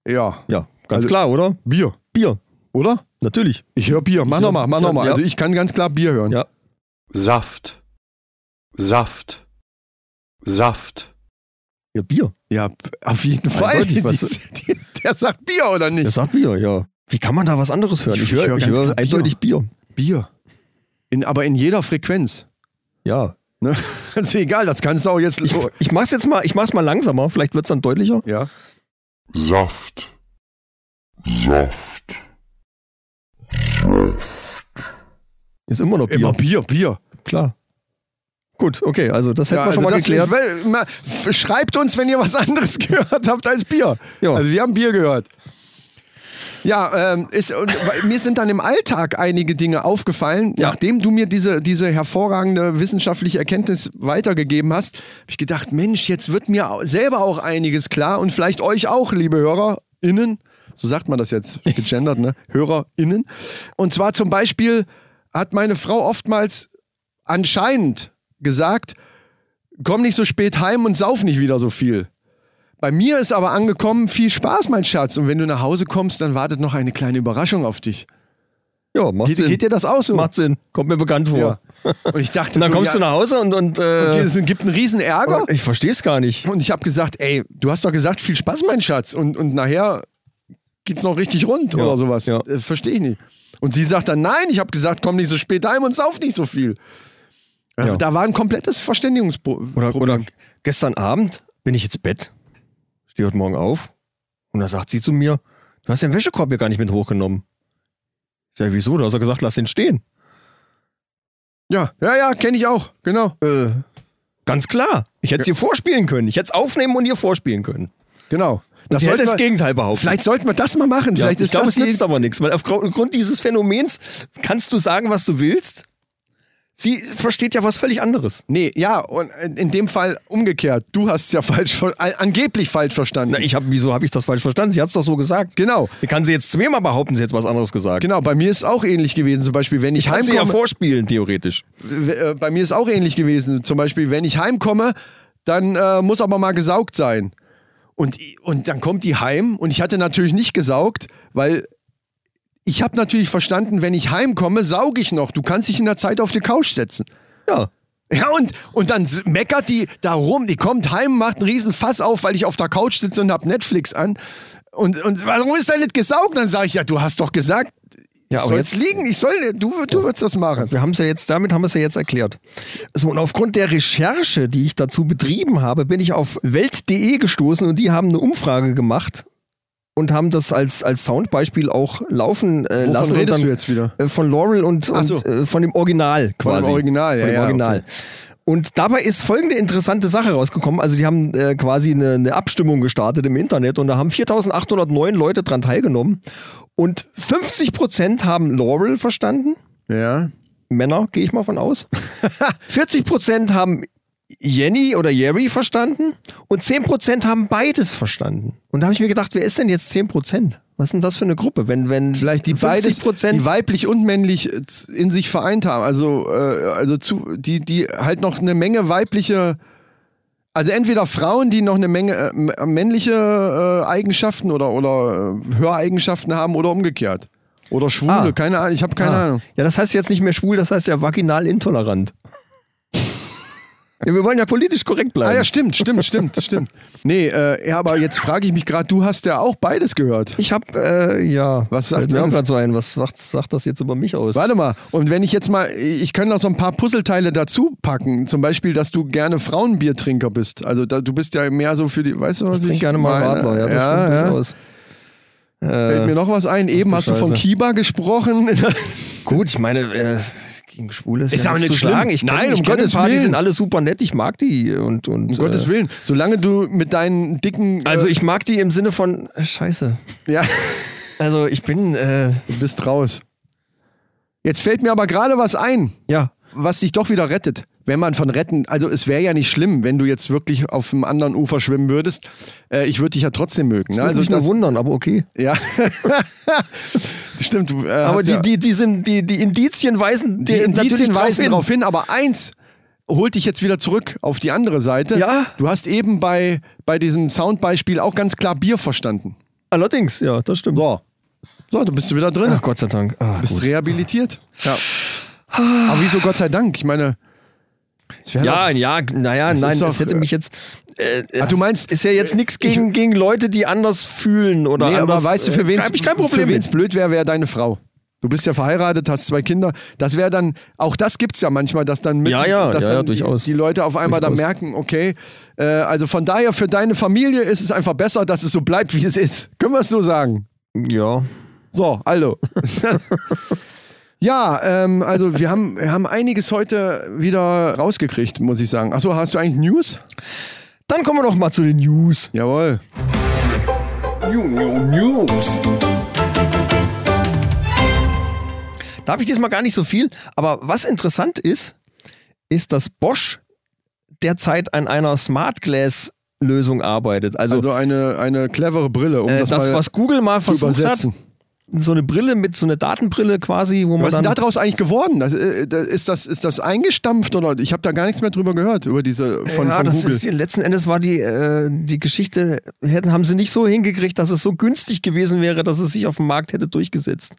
S2: Ja,
S1: Ja, ganz
S2: Also-
S1: klar, oder?
S2: Bier,
S1: Bier,
S2: oder?
S1: natürlich.
S2: Ich höre Bier. Mach
S1: Ich hör-
S2: nochmal, mach
S1: ich hör-
S2: nochmal.
S1: ja.
S2: Also ich kann ganz klar Bier hören.
S1: Ja.
S9: Saft. Saft. Saft.
S1: Ja, Bier.
S2: Ja, p- auf jeden Fall.
S1: Eindeutig, was-
S2: [LAUGHS] Die- die- der sagt Bier oder
S1: Er
S2: nicht?
S1: sagt Bier, ja. Wie kann man da was anderes hören?
S2: Ich-
S1: Ich
S2: ich
S1: höre
S2: hör
S1: ich
S2: ganz klar
S1: hör eindeutig Bier.
S2: Bier. In, aber in jeder Frequenz.
S1: Ja.
S2: Ne? [LAUGHS] Also egal, das kannst du auch jetzt.
S1: Ich, ich mach's jetzt mal, ich mach's mal langsamer, vielleicht wird's dann deutlicher.
S2: ja.
S9: Saft. Saft.
S1: Ist immer noch Bier.
S2: Immer Bier, Bier.
S1: Klar. Gut, okay, also das hätten
S2: Ja,
S1: wir schon
S2: also
S1: mal
S2: das-
S1: geklärt.
S2: weil- mal- f- Schreibt uns, wenn ihr was [LAUGHS] anderes gehört habt als Bier.
S1: Ja.
S2: Also wir haben Bier gehört. Ja, ähm, ist, und, weil mir sind dann im Alltag einige Dinge aufgefallen.
S1: Ja.
S2: Nachdem du mir diese, diese hervorragende wissenschaftliche Erkenntnis weitergegeben hast, habe ich gedacht, Mensch, jetzt wird mir au- selber auch einiges klar und vielleicht euch auch, liebe HörerInnen. So sagt man das jetzt,
S1: [LAUGHS]
S2: gegendert, ne? HörerInnen. Und zwar zum Beispiel hat meine Frau oftmals anscheinend gesagt, komm nicht so spät heim und sauf nicht wieder so viel. Bei mir ist aber angekommen, viel Spaß, mein Schatz. Und wenn du nach Hause kommst, dann wartet noch eine kleine Überraschung auf dich.
S1: Ja, macht
S2: Geht,
S1: Sinn.
S2: geht dir das auch so?
S1: Macht Sinn. Kommt mir bekannt vor.
S2: ja. Und ich
S1: [LAUGHS]
S2: dachte,
S1: Und dann
S2: so,
S1: kommst
S2: ja,
S1: du nach Hause und. und,
S2: okay,
S1: äh,
S2: Es gibt einen riesen Ärger.
S1: ich verstehe es gar nicht.
S2: Und ich habe gesagt, ey, du hast doch gesagt, viel Spaß, mein Schatz. Und, und nachher geht's noch richtig rund oder sowas.
S1: ja.
S2: Äh, Verstehe ich nicht. Und sie sagt dann, nein, ich habe gesagt, komm nicht so spät heim und sauf nicht so viel.
S1: Ja.
S2: Da war ein komplettes Verständigungsproblem.
S1: Oder, oder gestern Abend bin ich ins Bett, stehe heute Morgen auf und da sagt sie zu mir, du hast den Wäschekorb ja gar nicht mit hochgenommen. Ich sage, wieso? Da hast du gesagt, lass den stehen.
S2: Ja, ja, ja, kenne ich auch, genau.
S1: Äh, ganz klar. Ich hätte es ihr vorspielen können. Ich hätte es aufnehmen und ihr vorspielen können.
S2: Genau.
S1: Das sie hätte
S2: sollte
S1: das
S2: man-
S1: Gegenteil behaupten.
S2: Vielleicht sollten wir das mal machen.
S1: ja,
S2: Vielleicht
S1: ich
S2: ist
S1: glaube,
S2: das
S1: es
S2: die,
S1: nützt aber nichts, weil aufgrund dieses Phänomens kannst du sagen, was du willst. Sie versteht ja was völlig anderes.
S2: Nee, ja, und in in dem Fall umgekehrt. Du hast es ja falsch, ver- an- angeblich falsch verstanden.
S1: Na, ich hab, wieso habe ich das falsch verstanden? Sie hat es doch so gesagt.
S2: genau.
S1: Ich kann sie jetzt zweimal behaupten, sie hätte was anderes gesagt.
S2: Genau, bei mir ist es auch ähnlich gewesen. Zum Beispiel, wenn ich,
S1: Kann sie ja
S2: heimkomme.
S1: vorspielen, theoretisch.
S2: w- äh, bei mir ist auch ähnlich gewesen. Zum Beispiel, wenn ich heimkomme, dann äh, muss aber mal gesaugt sein. Und, i- und dann kommt die heim und ich hatte natürlich nicht gesaugt, weil ich habe natürlich verstanden, wenn ich heimkomme, sauge ich noch. Du kannst dich in der Zeit auf die Couch setzen.
S1: Ja.
S2: Ja, und, und dann s- meckert die da rum, die kommt heim, macht einen riesen Fass auf, weil ich auf der Couch sitze und hab Netflix an. Und, und warum ist da nicht gesaugt? Dann sage ich, ja, du hast doch gesagt, ja, ich
S1: aber
S2: soll
S1: jetzt-
S2: liegen, ich soll, du, du würdest das machen.
S1: Wir haben es ja jetzt, damit haben wir es ja jetzt erklärt. So, und aufgrund der Recherche, die ich dazu betrieben habe, bin ich auf welt.de gestoßen und die haben eine Umfrage gemacht und haben das als, als Soundbeispiel auch laufen äh,
S2: Wovon
S1: lassen. und
S2: redest
S1: dann,
S2: du jetzt wieder?
S1: Äh, von Laurel und,
S2: Ach
S1: und
S2: so.
S1: äh, von dem Original
S2: Von dem
S1: quasi.
S2: Original,
S1: Von
S2: ja,
S1: dem
S2: ja,
S1: Original. Und dabei ist folgende interessante Sache rausgekommen. Also die haben äh, quasi eine, eine Abstimmung gestartet im Internet und da haben 4.809 Leute dran teilgenommen und 50% haben Laurel verstanden.
S2: Ja.
S1: Männer, gehe ich mal von
S2: [LAUGHS]
S1: aus. 40% haben Jenny oder Jerry verstanden und 10% haben beides verstanden. Und da habe ich mir gedacht, wer ist denn jetzt 10%? Was ist denn das für eine Gruppe? Wenn, wenn
S2: Vielleicht die beides, die weiblich und männlich äh, z- in sich vereint haben. Also, äh, also zu, die, die halt noch eine Menge weibliche, also entweder Frauen, die noch eine Menge äh, m- männliche äh, Eigenschaften oder, oder äh, Höreigenschaften haben oder umgekehrt. Oder Schwule,
S1: Ah.
S2: keine Ahnung, ich habe keine
S1: Ah.
S2: Ahnung.
S1: Ja, das heißt jetzt nicht mehr schwul, das heißt ja vaginal intolerant. ja, wir wollen ja politisch korrekt bleiben.
S2: Ah ja, stimmt, stimmt, stimmt, stimmt. Nee, äh, ja, aber jetzt frage ich mich gerade, du hast ja auch beides gehört.
S1: ich habe äh, ja.
S2: Was sagt
S1: mir
S2: das?
S1: auch gerade so ein? Was sagt, sagt das jetzt über mich aus?
S2: Warte mal, und wenn ich jetzt mal, ich kann noch so ein paar Puzzleteile dazu packen. Zum Beispiel, dass du gerne Frauenbiertrinker bist. Also da, du bist ja mehr so für die, weißt du was?
S1: Ich trinke gerne mal
S2: meine?
S1: Radler, ja, das
S2: ja,
S1: stimmt
S2: ja.
S1: durchaus.
S2: Fällt mir noch was ein.
S1: Ach
S2: Eben
S1: du
S2: hast du von
S1: Scheiße.
S2: Kiba gesprochen. [LAUGHS] Um
S1: Gut, ich meine, äh, gegen Schwule ist,
S2: Ist
S1: ja
S2: aber
S1: nichts
S2: nicht
S1: zu
S2: schlimm.
S1: sagen. Ich kenn-
S2: Nein,
S1: ich
S2: um
S1: kenn ein
S2: Gottes
S1: paar, Die
S2: Willen.
S1: sind alle super nett. Ich mag die und und. äh,
S2: um Gottes Willen, solange du mit deinen dicken.
S1: Also ich mag die im Sinne von äh, Scheiße.
S2: Äh, ja,
S1: Also ich bin äh,
S2: du bist raus. Jetzt fällt mir aber gerade was ein,
S1: ja.
S2: was dich doch wieder rettet. Wenn man von retten, also es wäre ja nicht schlimm, wenn du jetzt wirklich auf dem anderen Ufer schwimmen würdest. Äh, ich würde dich ja trotzdem mögen. Ne?
S1: Also
S2: Also
S1: mich nur wundern, aber okay.
S2: Ja. [LAUGHS] Stimmt. Du, äh,
S1: Aber
S2: hast
S1: die,
S2: ja,
S1: die, die, sind, die, die Indizien weisen
S2: die
S1: dir natürlich
S2: Indizien weisen
S1: hin.
S2: darauf hin. aber eins holt dich jetzt wieder zurück auf die andere Seite.
S1: Ja.
S2: Du hast eben bei, bei diesem Soundbeispiel auch ganz klar Bier verstanden.
S1: Allerdings, ja, das stimmt.
S2: So. So, du bist du wieder drin.
S1: Ach, Gott sei Dank. Ah,
S2: bist
S1: gut.
S2: rehabilitiert. Ja. Aber wieso Gott sei Dank? Ich meine, es wäre
S1: Ja, ja, naja, nein,
S2: ist doch,
S1: es hätte
S2: äh,
S1: mich jetzt. Äh,
S2: Ach, du meinst,
S1: ist ja jetzt nichts gegen, gegen Leute, die anders fühlen oder
S2: doch, nee,
S1: anders.
S2: aber weißt du, für wen
S1: Habe ich kein Problem
S2: es
S1: mit.
S2: blöd wäre, wäre deine Frau. Du bist ja verheiratet, hast zwei Kinder. Das wäre dann, auch das gibt's ja manchmal, dass dann mit,
S1: Ja, ja,
S2: dass
S1: ja,
S2: dann
S1: ja,
S2: die-
S1: durchaus.
S2: die Leute auf einmal dann
S1: Durchaus.
S2: merken, okay, äh, also von daher für deine Familie ist es einfach besser, dass es so bleibt, wie es ist. Können wir es so sagen?
S1: Ja.
S2: So, hallo. [LAUGHS] Ja, ähm, also wir haben, wir haben einiges heute wieder rausgekriegt, muss ich sagen. Achso, hast du eigentlich News?
S1: Dann kommen wir doch mal zu den News.
S2: Jawohl.
S1: Da habe ich diesmal gar nicht so viel. Aber was interessant ist, ist, dass Bosch derzeit an einer Smart Glass Lösung arbeitet. Also,
S2: Also eine, eine clevere Brille, um
S1: äh, das,
S2: das, mal
S1: was Google mal
S2: zu
S1: versucht hat,
S2: übersetzen.
S1: so eine Brille mit so eine Datenbrille quasi, wo man
S2: Was ist
S1: dann
S2: denn daraus eigentlich geworden? Das, äh, das, ist, das, ist das eingestampft oder? Ich habe da gar nichts mehr drüber gehört, über diese von,
S1: ja,
S2: von
S1: das
S2: Google.
S1: Ist, letzten Endes war die, äh, die Geschichte, hätten, haben sie nicht so hingekriegt, dass es so günstig gewesen wäre, dass es sich auf dem Markt hätte durchgesetzt.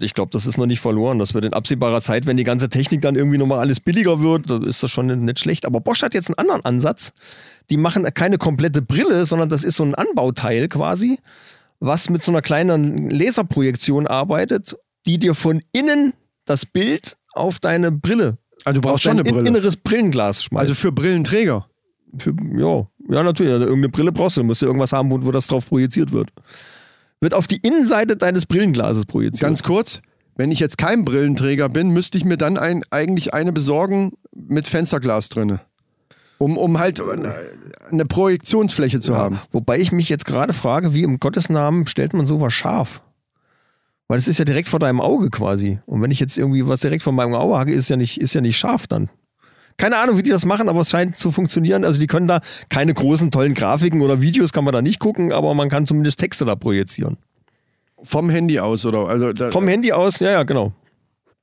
S1: Ich glaube, das ist noch nicht verloren. Das wird in absehbarer Zeit, wenn die ganze Technik dann irgendwie nochmal alles billiger wird, dann ist das schon nicht schlecht. Aber Bosch hat jetzt einen anderen Ansatz. Die machen keine komplette Brille, sondern das ist so ein Anbauteil quasi, was mit so einer kleinen Laserprojektion arbeitet, die dir von innen das Bild auf deine Brille,
S2: Ah, du
S1: auf
S2: brauchst schon
S1: dein
S2: eine Brille.
S1: inneres Brillenglas schmeißt.
S2: also für Brillenträger.
S1: Für, ja, ja, natürlich. Also irgendeine Brille brauchst du. Du musst ja irgendwas haben, wo, wo das drauf projiziert wird. Wird auf die Innenseite deines Brillenglases projiziert.
S2: Ganz kurz, wenn ich jetzt kein Brillenträger bin, müsste ich mir dann ein, eigentlich eine besorgen mit Fensterglas drinne. Um, um halt eine, eine Projektionsfläche zu haben.
S1: Wobei ich mich jetzt gerade frage, wie im Gottesnamen stellt man sowas scharf? Weil es ist ja direkt vor deinem Auge quasi. Und wenn ich jetzt irgendwie was direkt vor meinem Auge hacke, ist ja nicht, ist ja nicht scharf dann. Keine Ahnung, wie die das machen, aber es scheint zu funktionieren. Also die können da keine großen, tollen Grafiken oder Videos kann man da nicht gucken, aber man kann zumindest Texte da projizieren.
S2: Vom Handy aus, oder? Also da,
S1: Vom Handy aus, ja, ja, genau.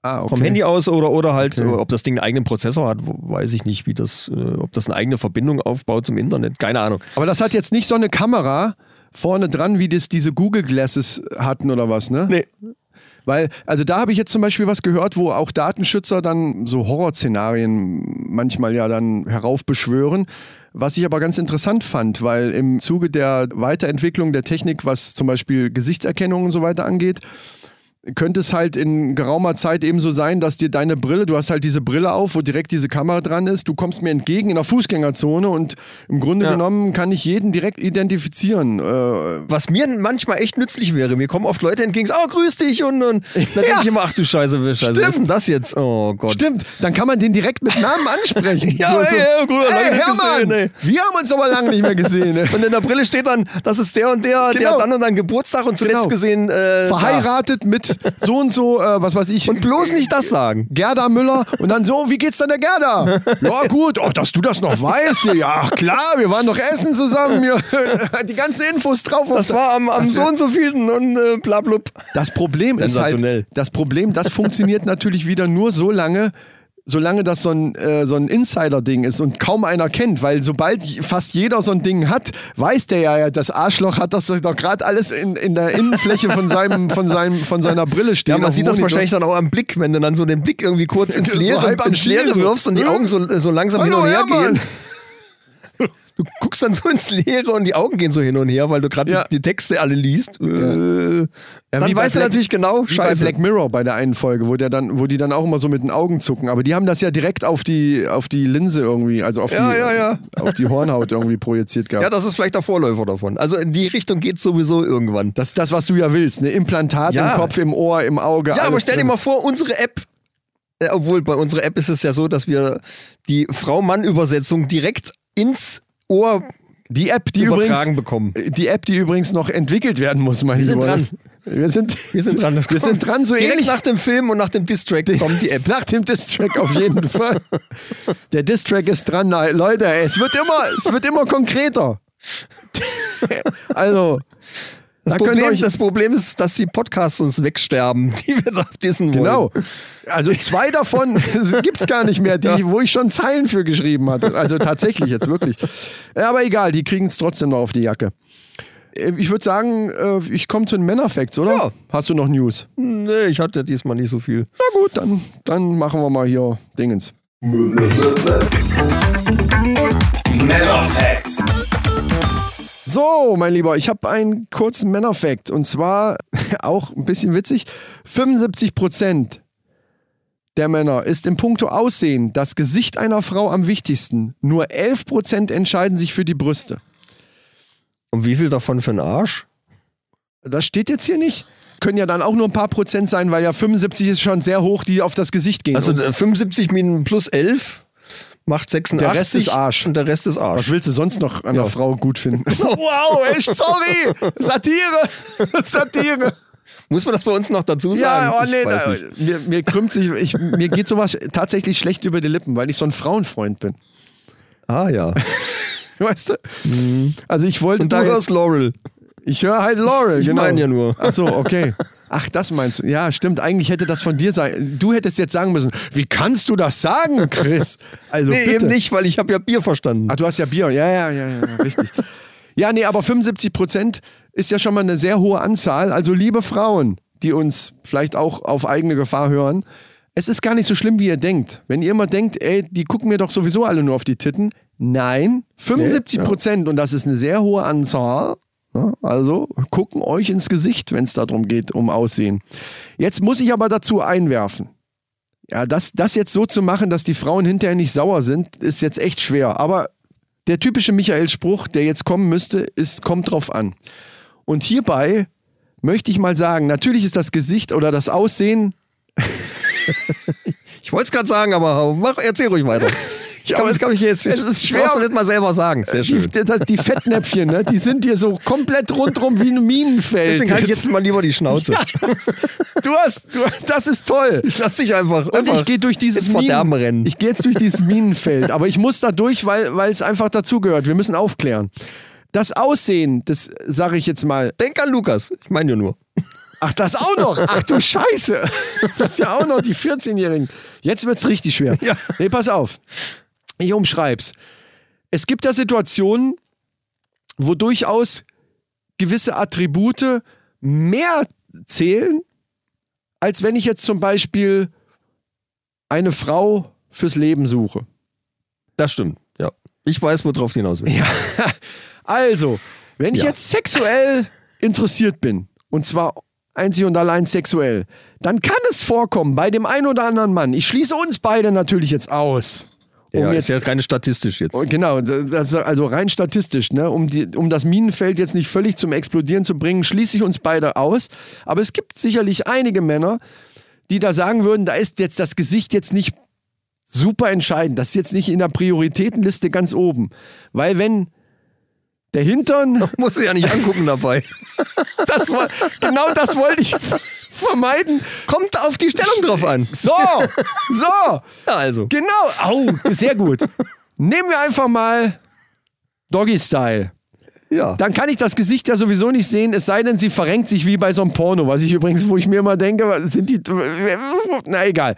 S2: ah, okay.
S1: vom Handy aus oder, oder halt, äh, ob das Ding einen eigenen Prozessor hat, wo- weiß ich nicht, wie das, äh, ob das eine eigene Verbindung aufbaut zum Internet, keine Ahnung.
S2: Aber das hat jetzt nicht so eine Kamera vorne dran, wie das diese Google Glasses hatten oder was, ne?
S1: Nee.
S2: Weil, also da habe ich jetzt zum Beispiel was gehört, wo auch Datenschützer dann so Horrorszenarien manchmal ja dann heraufbeschwören. Was ich aber ganz interessant fand, weil im Zuge der Weiterentwicklung der Technik, was zum Beispiel Gesichtserkennung und so weiter angeht, könnte es halt in geraumer Zeit eben so sein, dass dir deine Brille, du hast halt diese Brille auf, wo direkt diese Kamera dran ist, du kommst mir entgegen in der Fußgängerzone und im Grunde genommen kann ich jeden direkt identifizieren. Äh,
S1: Was mir manchmal echt nützlich wäre, mir kommen oft Leute entgegen, oh, grüß dich und, und
S2: [LAUGHS]
S1: dann denke ich immer, ach du Scheiße, wie Scheiße, was ist denn das jetzt? Oh Gott.
S2: Stimmt, dann kann man den direkt mit Namen
S1: [LAUGHS]
S2: ansprechen.
S1: Ja, ey, ey, Bruder, lange nicht
S2: Hermann,
S1: gesehen, ey.
S2: wir haben uns aber lange nicht mehr gesehen. ey.
S1: ne. Und in der Brille steht dann, das ist der und der, der
S2: Genau.
S1: hat dann und dann Geburtstag [LAUGHS] und zuletzt
S2: Genau.
S1: gesehen. Äh,
S2: Verheiratet mit so und so, äh, was weiß ich.
S1: da. Und bloß nicht das sagen.
S2: Gerda Müller und dann so, wie geht's
S1: [LAUGHS]
S2: deiner Gerda? Ja, gut, oh, dass du das noch weißt. Ja, ach, klar, wir waren doch essen zusammen. Ja, [LAUGHS] die ganzen Infos drauf.
S1: Das war am, am so und so vielten und äh, bla blub.
S2: Das Problem ist
S1: Sensationell.
S2: halt, das Problem, das funktioniert natürlich wieder nur so lange, solange das so ein, äh, so ein Insider-Ding ist und kaum einer kennt, weil sobald j- fast jeder so ein Ding hat, weiß der ja, ja, das Arschloch hat das doch gerade alles in, in der Innenfläche von, seinem, von, seinem, von seiner Brille stehen.
S1: Ja, man
S2: auf dem
S1: sieht das
S2: Monitor.
S1: wahrscheinlich dann auch am Blick, wenn du dann so den Blick irgendwie kurz
S2: [LAUGHS]
S1: ins
S2: ne? So
S1: Leere,
S2: halb am
S1: ins Leere
S2: Schienen.
S1: wirfst und die
S2: Ja.
S1: Augen so, so langsam hin
S2: Hallo,
S1: und her
S2: Hermann.
S1: gehen. Du guckst dann so ins Leere und die Augen gehen so hin und her, weil du gerade
S2: Ja.
S1: die, die Texte alle liest. Äh, dann
S2: wie bei
S1: weißt du
S2: Black-
S1: natürlich genau,
S2: Wie bei
S1: scheiße.
S2: Black Mirror bei der einen Folge, wo, der dann, wo die dann auch immer so mit den Augen zucken. Aber die haben das ja direkt auf die, auf die Linse irgendwie, also auf,
S1: Ja,
S2: die,
S1: ja, ja.
S2: auf die Hornhaut irgendwie projiziert gehabt.
S1: ja, das ist vielleicht der Vorläufer davon. Also in die Richtung geht sowieso irgendwann.
S2: Das ist das, was du ja willst. Ne? Implantat
S1: Ja.
S2: im Kopf, im Ohr, im Auge.
S1: Ja, aber
S2: alles
S1: stell dir
S2: drin.
S1: mal vor, unsere App, äh, obwohl bei unserer App ist es ja so, dass wir die Frau-Mann-Übersetzung direkt ins Ohr
S2: Die App, die
S1: übertragen
S2: übrigens,
S1: bekommen.
S2: Die App, die übrigens noch entwickelt werden muss, meine
S1: Wir sind
S2: Lieben,
S1: dran.
S2: oder? Wir sind,
S1: Wir sind dran. Das
S2: wir
S1: kommt
S2: sind dran, so
S1: Direkt
S2: ähnlich
S1: nach dem Film und nach dem Distrack kommt die App.
S2: Äh, nach dem Distrack auf
S1: [LAUGHS]
S2: jeden Fall. Der Distrack ist dran. Na, Leute, ey, es wird immer, es wird immer konkreter. [LAUGHS] Also,
S1: Das
S2: da [LAUGHS] könnt ihr
S1: Problem,
S2: euch
S1: das Problem ist, dass die Podcasts uns wegsterben, [LAUGHS] die wir da dissen wollen.
S2: Genau. Also zwei
S1: [LAUGHS]
S2: davon gibt es gar nicht mehr, die, wo ich schon Zeilen für geschrieben hatte. Also tatsächlich jetzt wirklich. Ja, aber egal, die kriegen es trotzdem noch auf die Jacke. Äh, Ich würde sagen, äh, ich komme zu den Männerfacts, oder?
S1: Ja.
S2: Hast du noch News?
S1: Hm, Nee, ich hatte diesmal nicht so viel.
S2: Na gut, dann, dann machen wir mal hier Dingens. So, mein Lieber, ich habe einen kurzen Männerfact und zwar [LAUGHS] auch ein bisschen witzig. 75% der Männer ist im puncto Aussehen das Gesicht einer Frau am wichtigsten. Nur 11% entscheiden sich für die Brüste.
S1: Und wie viel davon für einen Arsch?
S2: Das steht jetzt hier nicht. können ja dann auch nur ein paar Prozent sein, weil ja 75 ist schon sehr hoch, die auf das Gesicht gehen.
S1: Also
S2: Und
S1: äh, 75 min plus 11 macht 86.
S2: Der Rest ist Arsch.
S1: Und der Rest ist Arsch.
S2: was willst du sonst noch an der Frau gut finden?
S1: [LAUGHS] Wow,
S2: echt? Sorry! Satire! Satire!
S1: Muss man das bei uns noch dazu sagen?
S2: Ja, oh nee,
S1: ich weiß
S2: da,
S1: nicht.
S2: mir, mir krümmt sich, ich, mir geht sowas tatsächlich schlecht über die Lippen, weil ich so ein Frauenfreund bin. [LAUGHS]
S1: Ah ja.
S2: Weißt du? Also ich wollte
S1: Mhm. Und du
S2: da jetzt,
S1: hörst Laurel.
S2: ich höre halt Laurel,
S1: Ich
S2: genau.
S1: meine ja nur.
S2: Ach so,
S1: [LAUGHS]
S2: okay. Ach, das meinst du? Ja, stimmt. Eigentlich hätte das von dir sein. Du hättest jetzt sagen müssen, wie kannst du das sagen, Chris? Also
S1: Nee,
S2: bitte.
S1: eben nicht, weil ich habe ja Bier verstanden.
S2: Ach, Ah, du hast ja Bier. Ja, ja, ja, ja, ja, richtig. Hm. [LAUGHS] ja, nee, aber 75 Prozent ist ja schon mal eine sehr hohe Anzahl. Also liebe Frauen, die uns vielleicht auch auf eigene Gefahr hören, es ist gar nicht so schlimm, wie ihr denkt. Wenn ihr immer denkt, ey, die gucken mir doch sowieso alle nur auf die Titten. Nein, 75 Prozent und das ist eine sehr hohe Anzahl. ne? Also gucken euch ins Gesicht, wenn es darum geht, um Aussehen. Jetzt muss ich aber dazu einwerfen. Ja, das, das jetzt so zu machen, dass die Frauen hinterher nicht sauer sind, ist jetzt echt schwer. Aber der typische Michael-Spruch, der jetzt kommen müsste, ist, kommt drauf an. Und hierbei möchte ich mal sagen, natürlich ist das Gesicht oder das Aussehen,
S1: Ich wollte es gerade sagen, aber mach, erzähl ruhig
S2: [LAUGHS]
S1: weiter. Ich
S2: Ja,
S1: kann,
S2: aber
S1: das kann ich jetzt
S2: es ist schwer.
S1: Brauchst du nicht mal selber sagen. Sehr
S2: die,
S1: schön.
S2: die, die Fettnäpfchen, ne, die sind dir so komplett rundrum wie ein Minenfeld.
S1: Deswegen halte ich jetzt mal lieber die
S2: [LAUGHS]
S1: Schnauze.
S2: Du hast, du, das ist toll.
S1: Ich lass dich einfach.
S2: Und
S1: einfach
S2: ich gehe durch dieses
S1: ins Verderben rennen.
S2: Ich gehe jetzt durch dieses Minenfeld, aber ich muss da durch, weil weil es einfach dazugehört. Wir müssen aufklären. Das Aussehen, das sage ich jetzt mal,
S1: Denk an Lukas. Ich meine ja nur.
S2: Ach, das auch noch. Ach du Scheiße. Das ist ja auch noch die 14-Jährigen. Jetzt wird's richtig schwer.
S1: Ja.
S2: Nee, pass auf. Ich umschreib's. Es gibt ja Situationen, wo durchaus gewisse Attribute mehr zählen, als wenn ich jetzt zum Beispiel eine Frau fürs Leben suche.
S1: Das stimmt. Ja. Ich weiß, worauf du hinaus willst.
S2: Ja. [LAUGHS] Also, wenn ich
S1: Ja.
S2: jetzt sexuell interessiert bin, und zwar einzig und allein sexuell, dann kann es vorkommen bei dem einen oder anderen Mann, ich schließe uns beide natürlich jetzt aus. Um
S1: ja,
S2: jetzt,
S1: ist ja keine statistisch jetzt.
S2: genau, das, also rein statistisch, ne, um, die, um das Minenfeld jetzt nicht völlig zum Explodieren zu bringen, schließe ich uns beide aus. Aber es gibt sicherlich einige Männer, die da sagen würden, da ist jetzt das Gesicht jetzt nicht super entscheidend. Das ist jetzt nicht in der Prioritätenliste ganz oben. Weil wenn der Hintern, [LAUGHS]
S1: Musst du ja nicht angucken dabei.
S2: das, woll- genau das wollte ich [LAUGHS] vermeiden.
S1: Kommt auf die Stellung drauf an.
S2: So, so,
S1: Ja, also.
S2: genau. Au, sehr gut. Nehmen wir einfach mal Doggy-Style.
S1: Ja.
S2: dann kann ich das Gesicht ja sowieso nicht sehen, es sei denn, sie verrenkt sich wie bei so einem Porno, was ich übrigens, wo ich mir immer denke, was sind die. Na egal.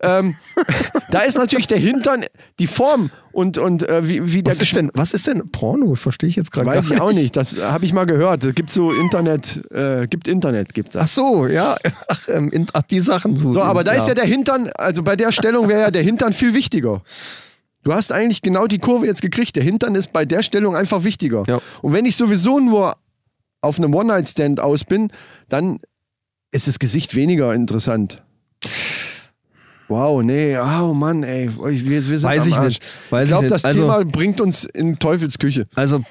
S2: Ähm, [LAUGHS] da ist natürlich der Hintern, die Form und, und äh, wie, wie der
S1: Was ist denn, was ist denn Porno? Verstehe ich jetzt gerade gar
S2: Weiß
S1: nicht.
S2: ich auch nicht, das habe ich mal gehört. Es gibt so Internet, äh, gibt Internet, gibt das.
S1: Ach so, ja. Ach, ähm, in, ach die Sachen so.
S2: So, aber da ist ja der Hintern, also bei der Stellung wäre ja der Hintern viel wichtiger. Du hast eigentlich genau die Kurve jetzt gekriegt. Der Hintern ist bei der Stellung einfach wichtiger.
S1: Ja.
S2: Und wenn ich sowieso nur auf einem One-Night-Stand aus bin, dann ist das Gesicht weniger interessant. Wow, nee, oh Mann, ey. Ich- Wir, wir sind
S1: Weiß
S2: am
S1: ich
S2: Arsch.
S1: nicht. Weiß
S2: ich
S1: ich
S2: glaube,
S1: nicht.
S2: das
S1: Also-
S2: Thema bringt uns in Teufelsküche.
S1: Also,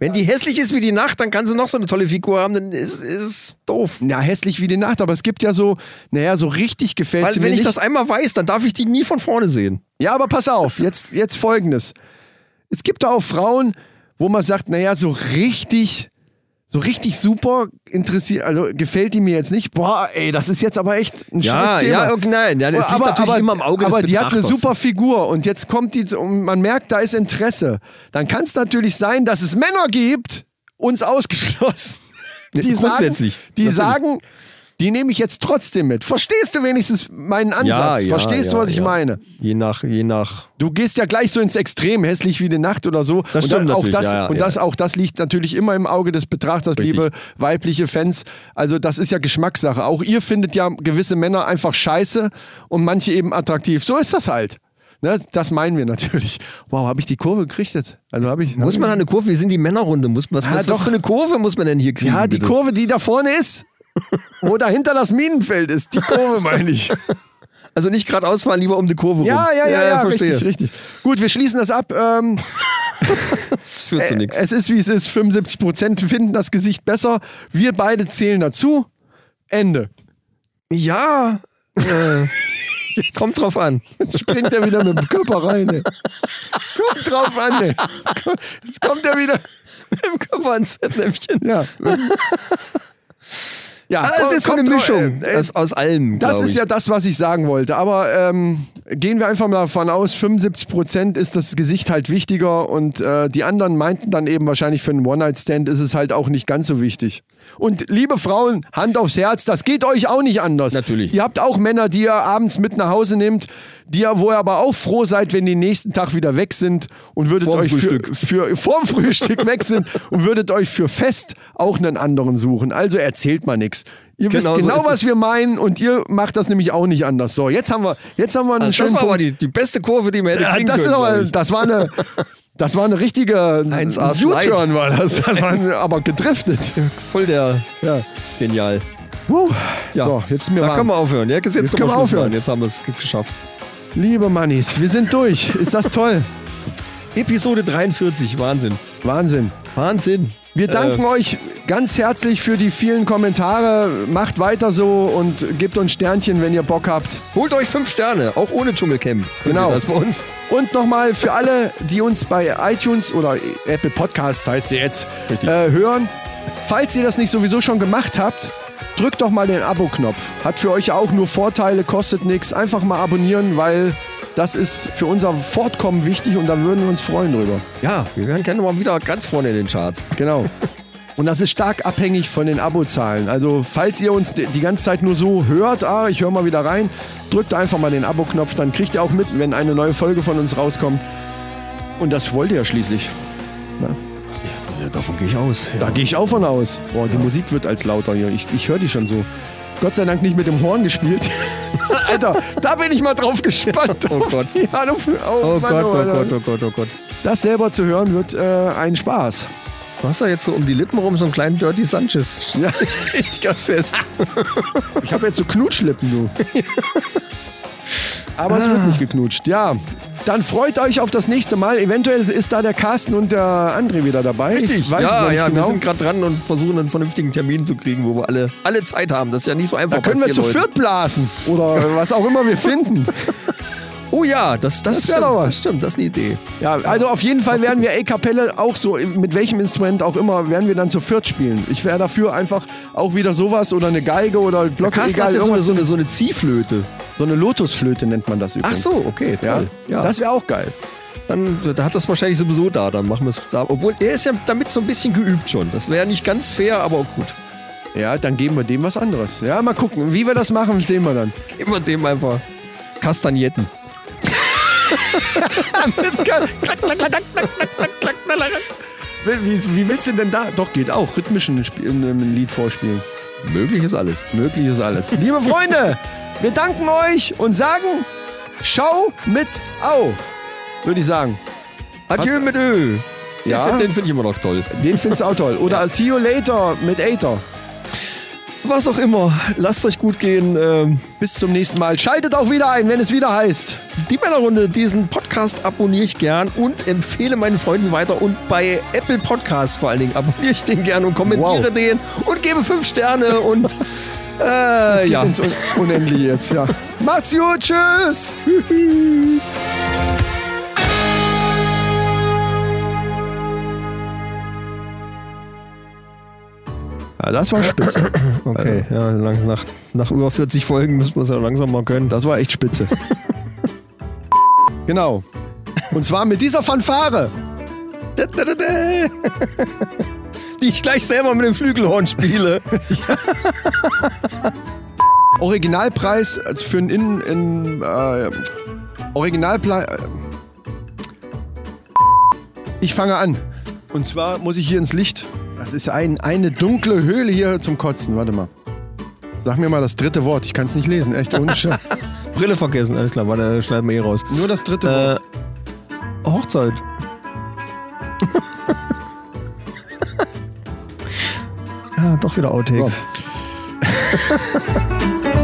S1: wenn die hässlich ist wie die Nacht, dann kann sie noch so eine tolle Figur haben, dann ist es doof.
S2: Na, hässlich wie die Nacht, aber es gibt ja so, naja, so richtig gefällt
S1: Weil
S2: sie mir
S1: wenn ich
S2: nicht.
S1: das einmal weiß, dann darf ich die nie von vorne sehen.
S2: Ja, aber pass auf, jetzt, jetzt folgendes. Es gibt doch auch Frauen, wo man sagt, naja, so richtig, so richtig super interessiert, also gefällt die mir jetzt nicht. Boah, ey, das ist jetzt aber echt ein scheiß Thema.
S1: okay, nein, ja, das liegt
S2: aber,
S1: natürlich
S2: aber,
S1: immer im Auge
S2: aber
S1: des
S2: die hat eine
S1: Betrachters.
S2: super Figur und jetzt kommt die, zu- und man merkt, da ist Interesse. Dann kann es natürlich sein, dass es Männer gibt, uns ausgeschlossen. Die
S1: grundsätzlich,
S2: Sagen, die
S1: natürlich.
S2: sagen, die nehme ich jetzt trotzdem mit. Verstehst du wenigstens meinen
S1: Ja,
S2: Ansatz?
S1: ja,
S2: Verstehst du,
S1: ja,
S2: was ich
S1: ja.
S2: meine?
S1: Je nach, je nach.
S2: Du gehst ja gleich so ins Extrem, hässlich wie die Nacht oder so.
S1: Das
S2: und dann
S1: stimmt
S2: auch
S1: natürlich,
S2: das,
S1: ja, ja,
S2: und
S1: ja.
S2: das auch das liegt natürlich immer im Auge des Betrachters,
S1: Richtig.
S2: liebe weibliche Fans. Also das ist ja Geschmackssache. Auch ihr findet ja gewisse Männer einfach scheiße und manche eben attraktiv. So ist das halt. Ne? Das meinen wir natürlich. Wow, habe ich die Kurve gekriegt jetzt? Also habe ich.
S1: Muss man eine Kurve? Wir sind die Männerrunde. Muss, was, was, was
S2: doch.
S1: für eine Kurve muss man denn hier kriegen?
S2: ja, die
S1: bitte?
S2: Kurve, die da vorne ist. Wo dahinter das Minenfeld
S1: [LAUGHS]
S2: ist, die Kurve meine ich.
S1: Also nicht gerade ausfahren, lieber um die Kurve
S2: Ja,
S1: rum.
S2: ja, ja, ja,
S1: verstehe.
S2: richtig, richtig. Gut, wir schließen das ab. Ähm,
S1: Das führt
S2: Äh,
S1: zu nichts.
S2: Es ist wie es ist. 75 Prozent finden das Gesicht besser. Wir beide zählen dazu. Ende.
S1: Ja. Äh, [LAUGHS] kommt drauf an.
S2: Jetzt springt er wieder mit dem Körper rein. Ey. Kommt drauf an. Ey. Jetzt kommt
S1: [LAUGHS]
S2: er wieder.
S1: Im Körper ins Fettnäpfchen. [LAUGHS]
S2: Ja. Ja,
S1: Ah, es ist so
S2: kommt
S1: eine
S2: drauf-
S1: Mischung aus, aus allem.
S2: Das
S1: glaub
S2: ist
S1: ich.
S2: ja das, was ich sagen wollte. Aber ähm, gehen wir einfach mal davon aus, 75 Prozent ist das Gesicht halt wichtiger und äh, die anderen meinten dann eben wahrscheinlich für einen One-Night-Stand ist es halt auch nicht ganz so wichtig. Und liebe Frauen, Hand aufs Herz, das geht euch auch nicht anders.
S1: Natürlich.
S2: Ihr habt auch Männer, die ihr abends mit nach Hause nehmt, die ihr, wo ihr aber auch froh seid, wenn die nächsten Tag wieder weg sind und würdet
S1: Vorm
S2: euch für,
S1: Frühstück.
S2: für vorm Frühstück weg sind und würdet euch für Fest auch einen anderen suchen. Also erzählt mal nichts. Ihr
S1: Genau so
S2: wisst genau,
S1: ist
S2: was
S1: es.
S2: wir meinen und ihr macht das nämlich auch nicht anders. So, jetzt haben wir, jetzt haben wir einen
S1: Also
S2: schönen
S1: das war aber
S2: Punkt.
S1: die, die beste Kurve, die wir hätte
S2: ja,
S1: kriegen
S2: das, ist
S1: können.
S2: aber,
S1: glaub ich.
S2: das war eine, das war eine richtige
S1: 1A
S2: ein
S1: Slide.
S2: U-Turn war
S1: [LAUGHS]
S2: das. Das war ein- aber gedriftet.
S1: Voll der
S2: Ja.
S1: genial.
S2: Puh.
S1: Ja.
S2: So, jetzt ist mir
S1: da
S2: warm.
S1: können wir aufhören. Ja, jetzt, jetzt, können wir
S2: aufhören.
S1: Schluss machen. Jetzt haben wir es ge- geschafft.
S2: Liebe Mannis, wir sind durch. Ist das toll?
S1: Episode 43. Wahnsinn.
S2: Wahnsinn.
S1: Wahnsinn.
S2: Wir danken euch ganz herzlich für die vielen Kommentare. Macht weiter so und gebt uns Sternchen, wenn ihr Bock habt.
S1: Holt euch fünf Sterne, auch ohne Dschungelcamp. Könnt
S2: Genau.
S1: ihr Das bei uns.
S2: Und nochmal für alle, die uns bei iTunes oder Apple Podcasts heißt sie jetzt,
S1: Richtig.
S2: äh, hören, falls ihr das nicht sowieso schon gemacht habt, drückt doch mal den Abo-Knopf. Hat für euch ja auch nur Vorteile, kostet nichts. Einfach mal abonnieren, weil das ist für unser Fortkommen wichtig und da würden wir uns freuen drüber.
S1: Ja, wir werden gerne mal wieder ganz vorne in den Charts.
S2: Genau. Und das ist stark abhängig von den Abozahlen. Also falls ihr uns die die ganze Zeit nur so hört, ah, ich höre mal wieder rein, drückt einfach mal den Abo-Knopf, dann kriegt ihr auch mit, wenn eine neue Folge von uns rauskommt. Und das wollt ihr ja schließlich.
S1: Ja, davon gehe ich aus.
S2: Da gehe ich auch von aus. Boah, die Musik wird als lauter hier. Ich, ich höre die schon so. Gott sei Dank nicht mit dem Horn gespielt. [LAUGHS] Alter, da bin ich mal drauf gespannt.
S1: Oh
S2: auf
S1: Gott.
S2: die Ahnung für-
S1: Oh
S2: Mann,
S1: Gott, oh
S2: Mann.
S1: Gott, oh Gott, oh Gott.
S2: Das selber zu hören wird äh, ein Spaß.
S1: Du hast da jetzt so um die Lippen rum so einen kleinen Dirty Sanchez. [LAUGHS] Ja. Ich ganz fest.
S2: Ich habe jetzt so
S1: [LAUGHS]
S2: Knutschlippen, du. Aber es
S1: Ah.
S2: wird nicht geknutscht, ja. Dann freut euch auf das nächste Mal. Eventuell ist da der Carsten und der André wieder dabei. Ich weiß es noch
S1: ja,
S2: nicht
S1: ja, wir
S2: genau.
S1: sind gerade dran und versuchen einen vernünftigen Termin zu kriegen, wo wir alle, alle Zeit haben. Das ist ja nicht so einfach.
S2: da können
S1: bei
S2: wir zu
S1: vier Leuten.
S2: viert blasen. Oder was auch
S1: [LAUGHS]
S2: immer wir finden.
S1: Oh ja, das, das,
S2: Das wär
S1: stimmt.
S2: doch was.
S1: Das stimmt, das ist eine Idee.
S2: Ja, also auf jeden Fall werden wir A Kapelle auch so, mit welchem Instrument auch immer, werden wir dann zu viert spielen. Ich wäre dafür einfach auch wieder sowas oder eine Geige oder Glocke,
S1: Carsten
S2: egal,
S1: hatte so eine,
S2: irgendwas.
S1: so, eine, so eine Ziehflöte.
S2: So eine Lotusflöte nennt man das
S1: Ach
S2: übrigens.
S1: so, okay,
S2: Ja,
S1: toll. Ja,
S2: das wäre auch geil.
S1: dann da hat das wahrscheinlich sowieso da. Dann machen wir es da. Obwohl, er ist ja damit so ein bisschen geübt schon. Das wäre ja nicht ganz fair, aber auch gut.
S2: Ja, dann geben wir dem was anderes. Ja, mal gucken. Wie wir das machen, sehen wir dann.
S1: Geben wir dem einfach Kastagnetten.
S2: Wie, wie, wie willst du denn da? Doch, geht auch. Rhythmisch ein, Spiel, ein, ein Lied vorspielen.
S1: Möglich ist alles.
S2: Möglich ist alles. Liebe Freunde, wir danken euch und sagen, schau mit Au. Würde ich sagen.
S1: Adieu
S2: Was?
S1: mit Ö.
S2: Ja.
S1: Den find- Den finde ich immer noch toll.
S2: Den findest du auch toll.
S1: [LAUGHS]
S2: Oder See you later mit Aether.
S1: Was auch immer. Lasst euch gut gehen. Ähm,
S2: Bis zum nächsten Mal. Schaltet auch wieder ein, wenn es wieder heißt.
S1: Die Männerrunde, diesen Podcast abonniere ich gern und empfehle meinen Freunden weiter. Und bei Apple Podcast vor allen Dingen abonniere ich den gern und kommentiere
S2: Wow.
S1: den und gebe fünf Sterne
S2: [LAUGHS]
S1: und
S2: Es
S1: äh,
S2: geht
S1: ja.
S2: ins Un Unendliche jetzt,
S1: [LAUGHS]
S2: ja. Macht's gut, tschüss. Ja, das war spitze.
S1: [CLEARS THROAT]
S2: Also,
S1: Okay, ja, langsam nach, nach über 40 Folgen müssen wir es ja langsam mal können.
S2: Das war
S1: [LAUGHS]
S2: echt spitze. genau. Und zwar mit dieser Fanfare.
S1: Die ich gleich selber mit dem Flügelhorn spiele.
S2: Originalpreis also für einen Innen... In, äh, Originalpreis... Äh, ich fange an. Und zwar muss ich hier ins Licht. Das ist ein, eine dunkle Höhle hier zum Kotzen. Warte mal. Sag mir mal das dritte Wort. Ich kann es nicht lesen. Echt ohne Sche-
S1: Brille vergessen, alles klar, warte, schneiden wir eh raus.
S2: Nur das dritte
S1: Äh,
S2: Wort.
S1: Hochzeit. [LAUGHS] ah, doch wieder Outtakes.
S2: So.